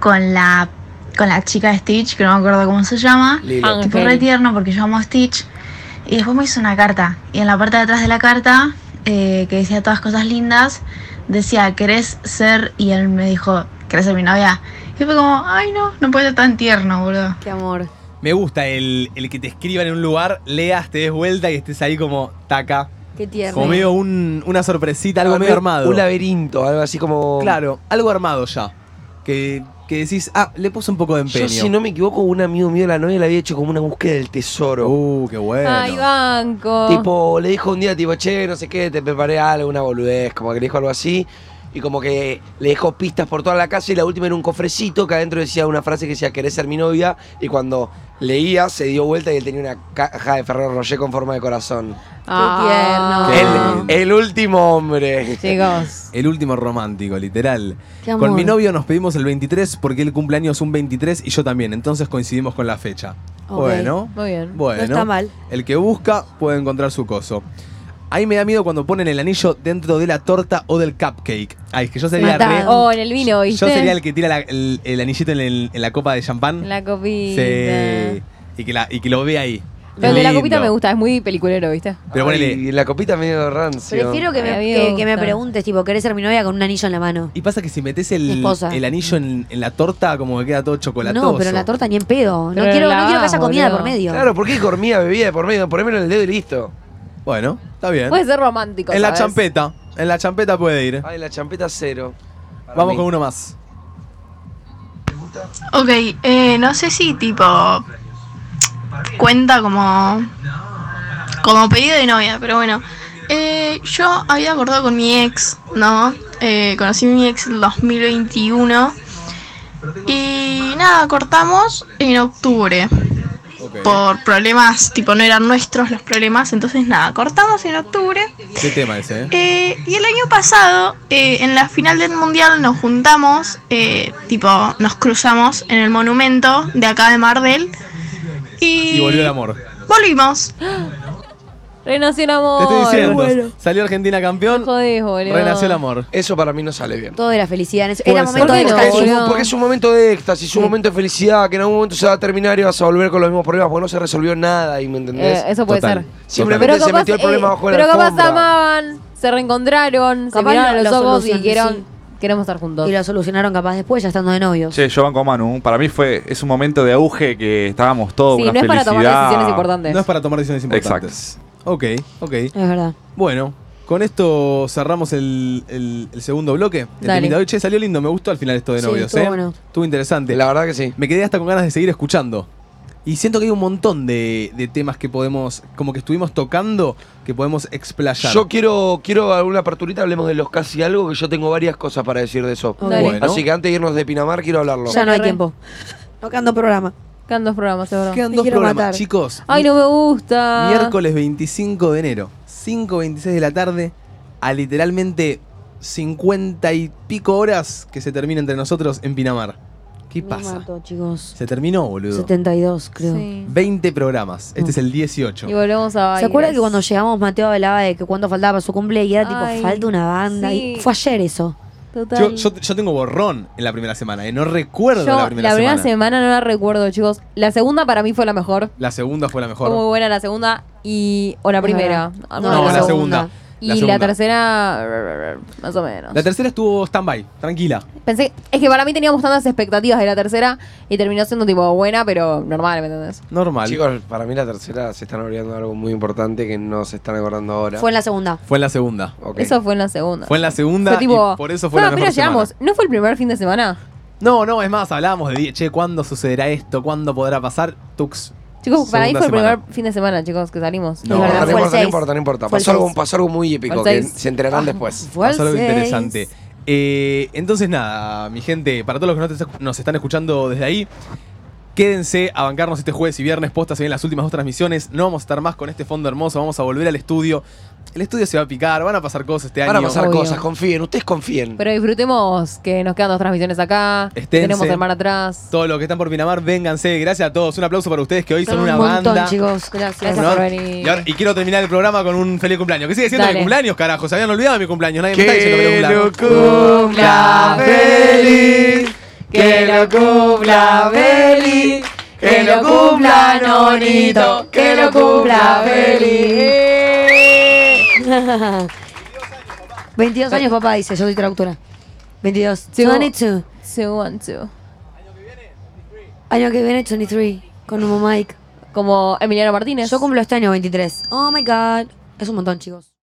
Speaker 9: con la, con la chica de Stitch, que no me acuerdo cómo se llama,
Speaker 3: Lilo.
Speaker 4: Ah.
Speaker 9: tipo
Speaker 4: Ok.
Speaker 9: re tierno porque yo amo a Stitch, y después me hizo una carta, y en la parte de atrás de la carta, eh, que decía todas cosas lindas, decía, ¿querés ser? Y él me dijo, ¿querés ser mi novia? Y fue como, ay no, no puede ser tan tierno, boludo.
Speaker 2: Qué amor.
Speaker 5: Me gusta el, el que te escriban en un lugar, leas, te des vuelta y estés ahí como taca.
Speaker 2: Qué tierno.
Speaker 5: Como medio un- una sorpresita, algo
Speaker 3: Ah,
Speaker 5: medio armado.
Speaker 3: Un laberinto, algo así como.
Speaker 5: Claro, algo armado ya. Que, que decís, ah, le puse un poco de empeño.
Speaker 3: Yo, si no me equivoco, un amigo mío, la novia, le había hecho como una búsqueda del tesoro.
Speaker 5: Uh, qué bueno.
Speaker 4: Ay, banco.
Speaker 3: Tipo, le dijo un día, tipo, che, no sé qué, te preparé algo, una boludez, como que le dijo algo así. Y como que le dejó pistas por toda la casa y la última era un cofrecito que adentro decía una frase que decía, querés ser mi novia. Y cuando leía, se dio vuelta y él tenía una caja de Ferrero Rocher con forma de corazón.
Speaker 4: Ah.
Speaker 5: Qué tierno.
Speaker 3: El, el último hombre.
Speaker 4: Chicos.
Speaker 5: El último romántico, literal.
Speaker 2: Qué amor.
Speaker 5: Con mi novio nos pedimos el 23 porque él cumpleaños un 23 y yo también, entonces coincidimos con la fecha.
Speaker 2: Ok.
Speaker 5: Bueno,
Speaker 4: Muy bien.
Speaker 5: bueno.
Speaker 2: No está mal.
Speaker 5: El que busca puede encontrar su coso. Ahí me da miedo cuando ponen el anillo dentro de la torta o del cupcake. Ay, es que yo sería
Speaker 2: Matado.
Speaker 5: re-
Speaker 2: Oh,
Speaker 4: O en el vino, ¿viste?
Speaker 5: Yo sería el que tira la- el, el anillito en, el- en la copa de champán.
Speaker 4: La copita.
Speaker 5: Sí. Y que, la- y que lo ve ahí.
Speaker 4: Pero el de la copita
Speaker 5: Lindo.
Speaker 4: me gusta, es muy peliculero, ¿viste?
Speaker 5: Pero ponele,
Speaker 3: Y la copita medio rancio.
Speaker 2: Prefiero que me,
Speaker 4: A mí me
Speaker 2: que- que me
Speaker 4: gusta.
Speaker 2: preguntes, tipo, ¿querés ser mi novia con un anillo en la mano?
Speaker 5: Y pasa que si metes
Speaker 2: Mi
Speaker 5: el,
Speaker 2: esposa.
Speaker 5: el anillo en, en la torta, como que queda todo chocolatoso.
Speaker 2: No, pero la torta ni en pedo. No
Speaker 4: Pero
Speaker 2: quiero,
Speaker 4: la
Speaker 2: no quiero que haya
Speaker 4: lavás,
Speaker 2: comida de por
Speaker 4: boludo.
Speaker 2: medio.
Speaker 3: Claro, ¿por qué comía bebida de por medio? Ponémelo en el dedo y listo.
Speaker 5: Bueno, está bien.
Speaker 4: Puede ser romántico.
Speaker 5: en la
Speaker 4: ¿sabes?
Speaker 5: champeta. En la champeta puede ir.
Speaker 3: Ay, Ah, la champeta cero. Para
Speaker 5: Vamos
Speaker 3: mí.
Speaker 5: con uno más.
Speaker 9: Ok, eh, no sé si tipo cuenta como como pedido de novia, pero bueno. Eh, yo había acordado con mi ex, ¿no? Eh, conocí a mi ex en 2021 y nada, cortamos en octubre por problemas, tipo no eran nuestros los problemas, entonces nada, cortamos en octubre
Speaker 5: ¿Qué tema ese? eh?
Speaker 9: eh, y el año pasado, eh, en la final del mundial, nos juntamos, eh, tipo, nos cruzamos en el monumento de acá de Mardel. Y,
Speaker 5: Y volvió el amor.
Speaker 9: Volvimos.
Speaker 4: Renació el
Speaker 5: Te
Speaker 4: amor.
Speaker 5: estoy diciendo. Salió Argentina campeón.
Speaker 4: Jodés, boludo.
Speaker 5: Renació el amor.
Speaker 3: Eso para mí no sale bien.
Speaker 2: Todo era felicidad. en ese-
Speaker 5: Puede
Speaker 2: Era
Speaker 5: ser.
Speaker 2: momento de
Speaker 4: ¿Por qué no?
Speaker 3: Porque es,
Speaker 2: descanso.
Speaker 4: boludo.
Speaker 3: un, porque es un momento de éxtasis, un momento de felicidad, que en algún momento se va a terminar y vas a volver con los mismos problemas, porque no se resolvió nada, y me entendés.
Speaker 4: Eh, eso puede
Speaker 5: Total.
Speaker 4: ser.
Speaker 3: Simplemente se metió el problema
Speaker 4: eh,
Speaker 3: bajo la
Speaker 4: Pero capaz
Speaker 3: alfombra.
Speaker 4: amaban, se reencontraron, se
Speaker 2: Capaz
Speaker 4: miraron
Speaker 2: lo-
Speaker 4: a los
Speaker 2: lo
Speaker 4: ojos y
Speaker 2: solucionan,
Speaker 4: dijeron,
Speaker 2: sí.
Speaker 4: queremos estar juntos.
Speaker 2: Y lo solucionaron capaz después, ya estando de novios.
Speaker 8: Che, yo banco a Manu. Para mí fue, es un momento de auge que estábamos todos.
Speaker 4: sí,
Speaker 8: una
Speaker 4: no es para tomar
Speaker 8: felicidad.
Speaker 4: decisiones importantes.
Speaker 5: Oh, No es para tomar decisiones importantes. Ok, ok.
Speaker 2: Es verdad.
Speaker 5: Bueno, con esto cerramos el, el- el segundo bloque. El
Speaker 4: Dale.
Speaker 5: temita de hoy. Che, salió lindo. Me gustó al final esto de
Speaker 2: Sí,
Speaker 5: novios,
Speaker 2: estuvo
Speaker 5: ¿eh?
Speaker 2: bueno.
Speaker 5: Estuvo interesante.
Speaker 3: La verdad que sí.
Speaker 5: Me quedé hasta con ganas de seguir escuchando. Y siento que hay un montón de, de temas que podemos, como que estuvimos tocando, que podemos explayar.
Speaker 3: Yo quiero, quiero alguna aperturita, hablemos de los casi algo, que yo tengo varias cosas para decir de eso.
Speaker 4: Dale.
Speaker 5: Bueno.
Speaker 3: Así que antes de irnos de Pinamar, quiero hablarlo.
Speaker 2: Ya no hay
Speaker 4: Re.
Speaker 2: tiempo. No quedando programa.
Speaker 4: Quedan dos programas, seguro.
Speaker 5: Quedan
Speaker 2: Te
Speaker 5: dos
Speaker 2: quiero
Speaker 5: programas,
Speaker 2: matar.
Speaker 5: chicos.
Speaker 4: Ay, no me gusta.
Speaker 5: Miércoles 25 de enero, 5.26 de la tarde, a literalmente 50 y pico horas que se termina entre nosotros en Pinamar. ¿Qué
Speaker 2: Me
Speaker 5: pasa?
Speaker 2: mato, chicos.
Speaker 5: Se terminó, boludo.
Speaker 2: 72, creo.
Speaker 4: Sí.
Speaker 5: 20 programas. Este
Speaker 2: No.
Speaker 5: es el 18.
Speaker 4: Y volvemos a bailar.
Speaker 2: ¿Se acuerda que cuando llegamos Mateo hablaba de que cuánto faltaba para su cumple y era
Speaker 4: Ay,
Speaker 2: tipo, falta una banda?
Speaker 4: sí.
Speaker 2: Y fue ayer eso.
Speaker 4: Total.
Speaker 5: Yo, yo- yo tengo borrón en la primera semana, eh, no recuerdo
Speaker 4: Yo
Speaker 5: la primera semana.
Speaker 4: no la recuerdo, chicos. La segunda para mí fue la mejor.
Speaker 5: la segunda fue la mejor.
Speaker 4: Fue muy buena la segunda y... O la
Speaker 2: Es
Speaker 4: primera.
Speaker 2: verdad.
Speaker 4: Ah,
Speaker 2: No,
Speaker 4: bueno,
Speaker 5: no,
Speaker 2: la
Speaker 5: la
Speaker 2: segunda.
Speaker 5: segunda.
Speaker 4: Y
Speaker 5: la
Speaker 4: la,
Speaker 5: segunda.
Speaker 4: tercera... Más o menos.
Speaker 5: La tercera estuvo stand-by, tranquila.
Speaker 4: Pensé... Es que para mí teníamos tantas expectativas de la tercera y terminó siendo tipo buena, pero normal, ¿me entendés?
Speaker 5: Normal.
Speaker 3: Chicos, para mí la tercera se están olvidando de algo muy importante que no se están acordando ahora.
Speaker 2: Fue en la segunda.
Speaker 5: Fue en la segunda.
Speaker 3: Ok.
Speaker 4: Eso fue en la segunda.
Speaker 5: Fue en la segunda
Speaker 4: Fue tipo,
Speaker 5: y por eso fue
Speaker 4: "Bueno,
Speaker 5: la
Speaker 4: pero
Speaker 5: mejor semana.
Speaker 4: llegamos. ¿No fue el primer fin de semana?
Speaker 5: No, no, es más, hablábamos de, die- che, ¿cuándo sucederá esto? ¿Cuándo podrá pasar? Tux.
Speaker 4: Chicos, para mí
Speaker 5: Segunda
Speaker 4: fue el
Speaker 5: semana.
Speaker 4: primer fin de semana, chicos, que salimos.
Speaker 5: No,
Speaker 3: No,
Speaker 2: Es verdad,
Speaker 3: no,
Speaker 2: fue el
Speaker 3: importa, no
Speaker 2: seis.
Speaker 3: importa, no importa.
Speaker 2: Fue el
Speaker 3: Pasó algo,
Speaker 2: seis. Ah.
Speaker 3: pasó algo muy épico,
Speaker 4: Fue el
Speaker 3: que
Speaker 4: seis.
Speaker 3: se enterarán después.
Speaker 2: Fue al
Speaker 5: Pasó algo
Speaker 2: seis.
Speaker 5: interesante. Eh, entonces, nada, mi gente, para todos los que no te- nos están escuchando desde ahí, quédense a bancarnos este jueves y viernes. Posta, se vienen las últimas dos transmisiones. No vamos a estar más con este fondo hermoso. Vamos a volver al estudio. El estudio se va a picar, van a pasar cosas este
Speaker 3: Van a
Speaker 5: año.
Speaker 3: pasar
Speaker 4: Obvio.
Speaker 3: cosas, confíen, ustedes confíen.
Speaker 4: Pero disfrutemos que nos quedan dos transmisiones acá. que
Speaker 5: Esténse.
Speaker 4: Tenemos el mar atrás.
Speaker 5: Todos los que están por Pinamar, vénganse. Gracias a todos. Un aplauso para ustedes que hoy son,
Speaker 2: Son
Speaker 5: una
Speaker 2: un montón,
Speaker 5: banda.
Speaker 2: chicos. Gracias.
Speaker 4: Gracias
Speaker 5: ¿no?
Speaker 4: por venir.
Speaker 5: Y, ahora- y quiero terminar el programa con un feliz cumpleaños. Que sigue siendo
Speaker 4: Dale.
Speaker 5: mi cumpleaños, carajo. Se habían olvidado de mi cumpleaños. Nadie me está diciendo feliz cumpleaños.
Speaker 4: cumpla feliz,
Speaker 3: que lo cumpla
Speaker 4: feliz, que lo cumpla Nonito, que lo cumpla feliz.
Speaker 2: <laughs> 22 años, papá, dice. Yo soy traductora. 22.
Speaker 4: Two.
Speaker 2: 22.
Speaker 4: So one, two.
Speaker 2: Año que viene, 23. Con un Mike.
Speaker 4: Como Emiliano Martínez.
Speaker 2: Yo cumplo este año 23. Oh my god. Es un montón, chicos.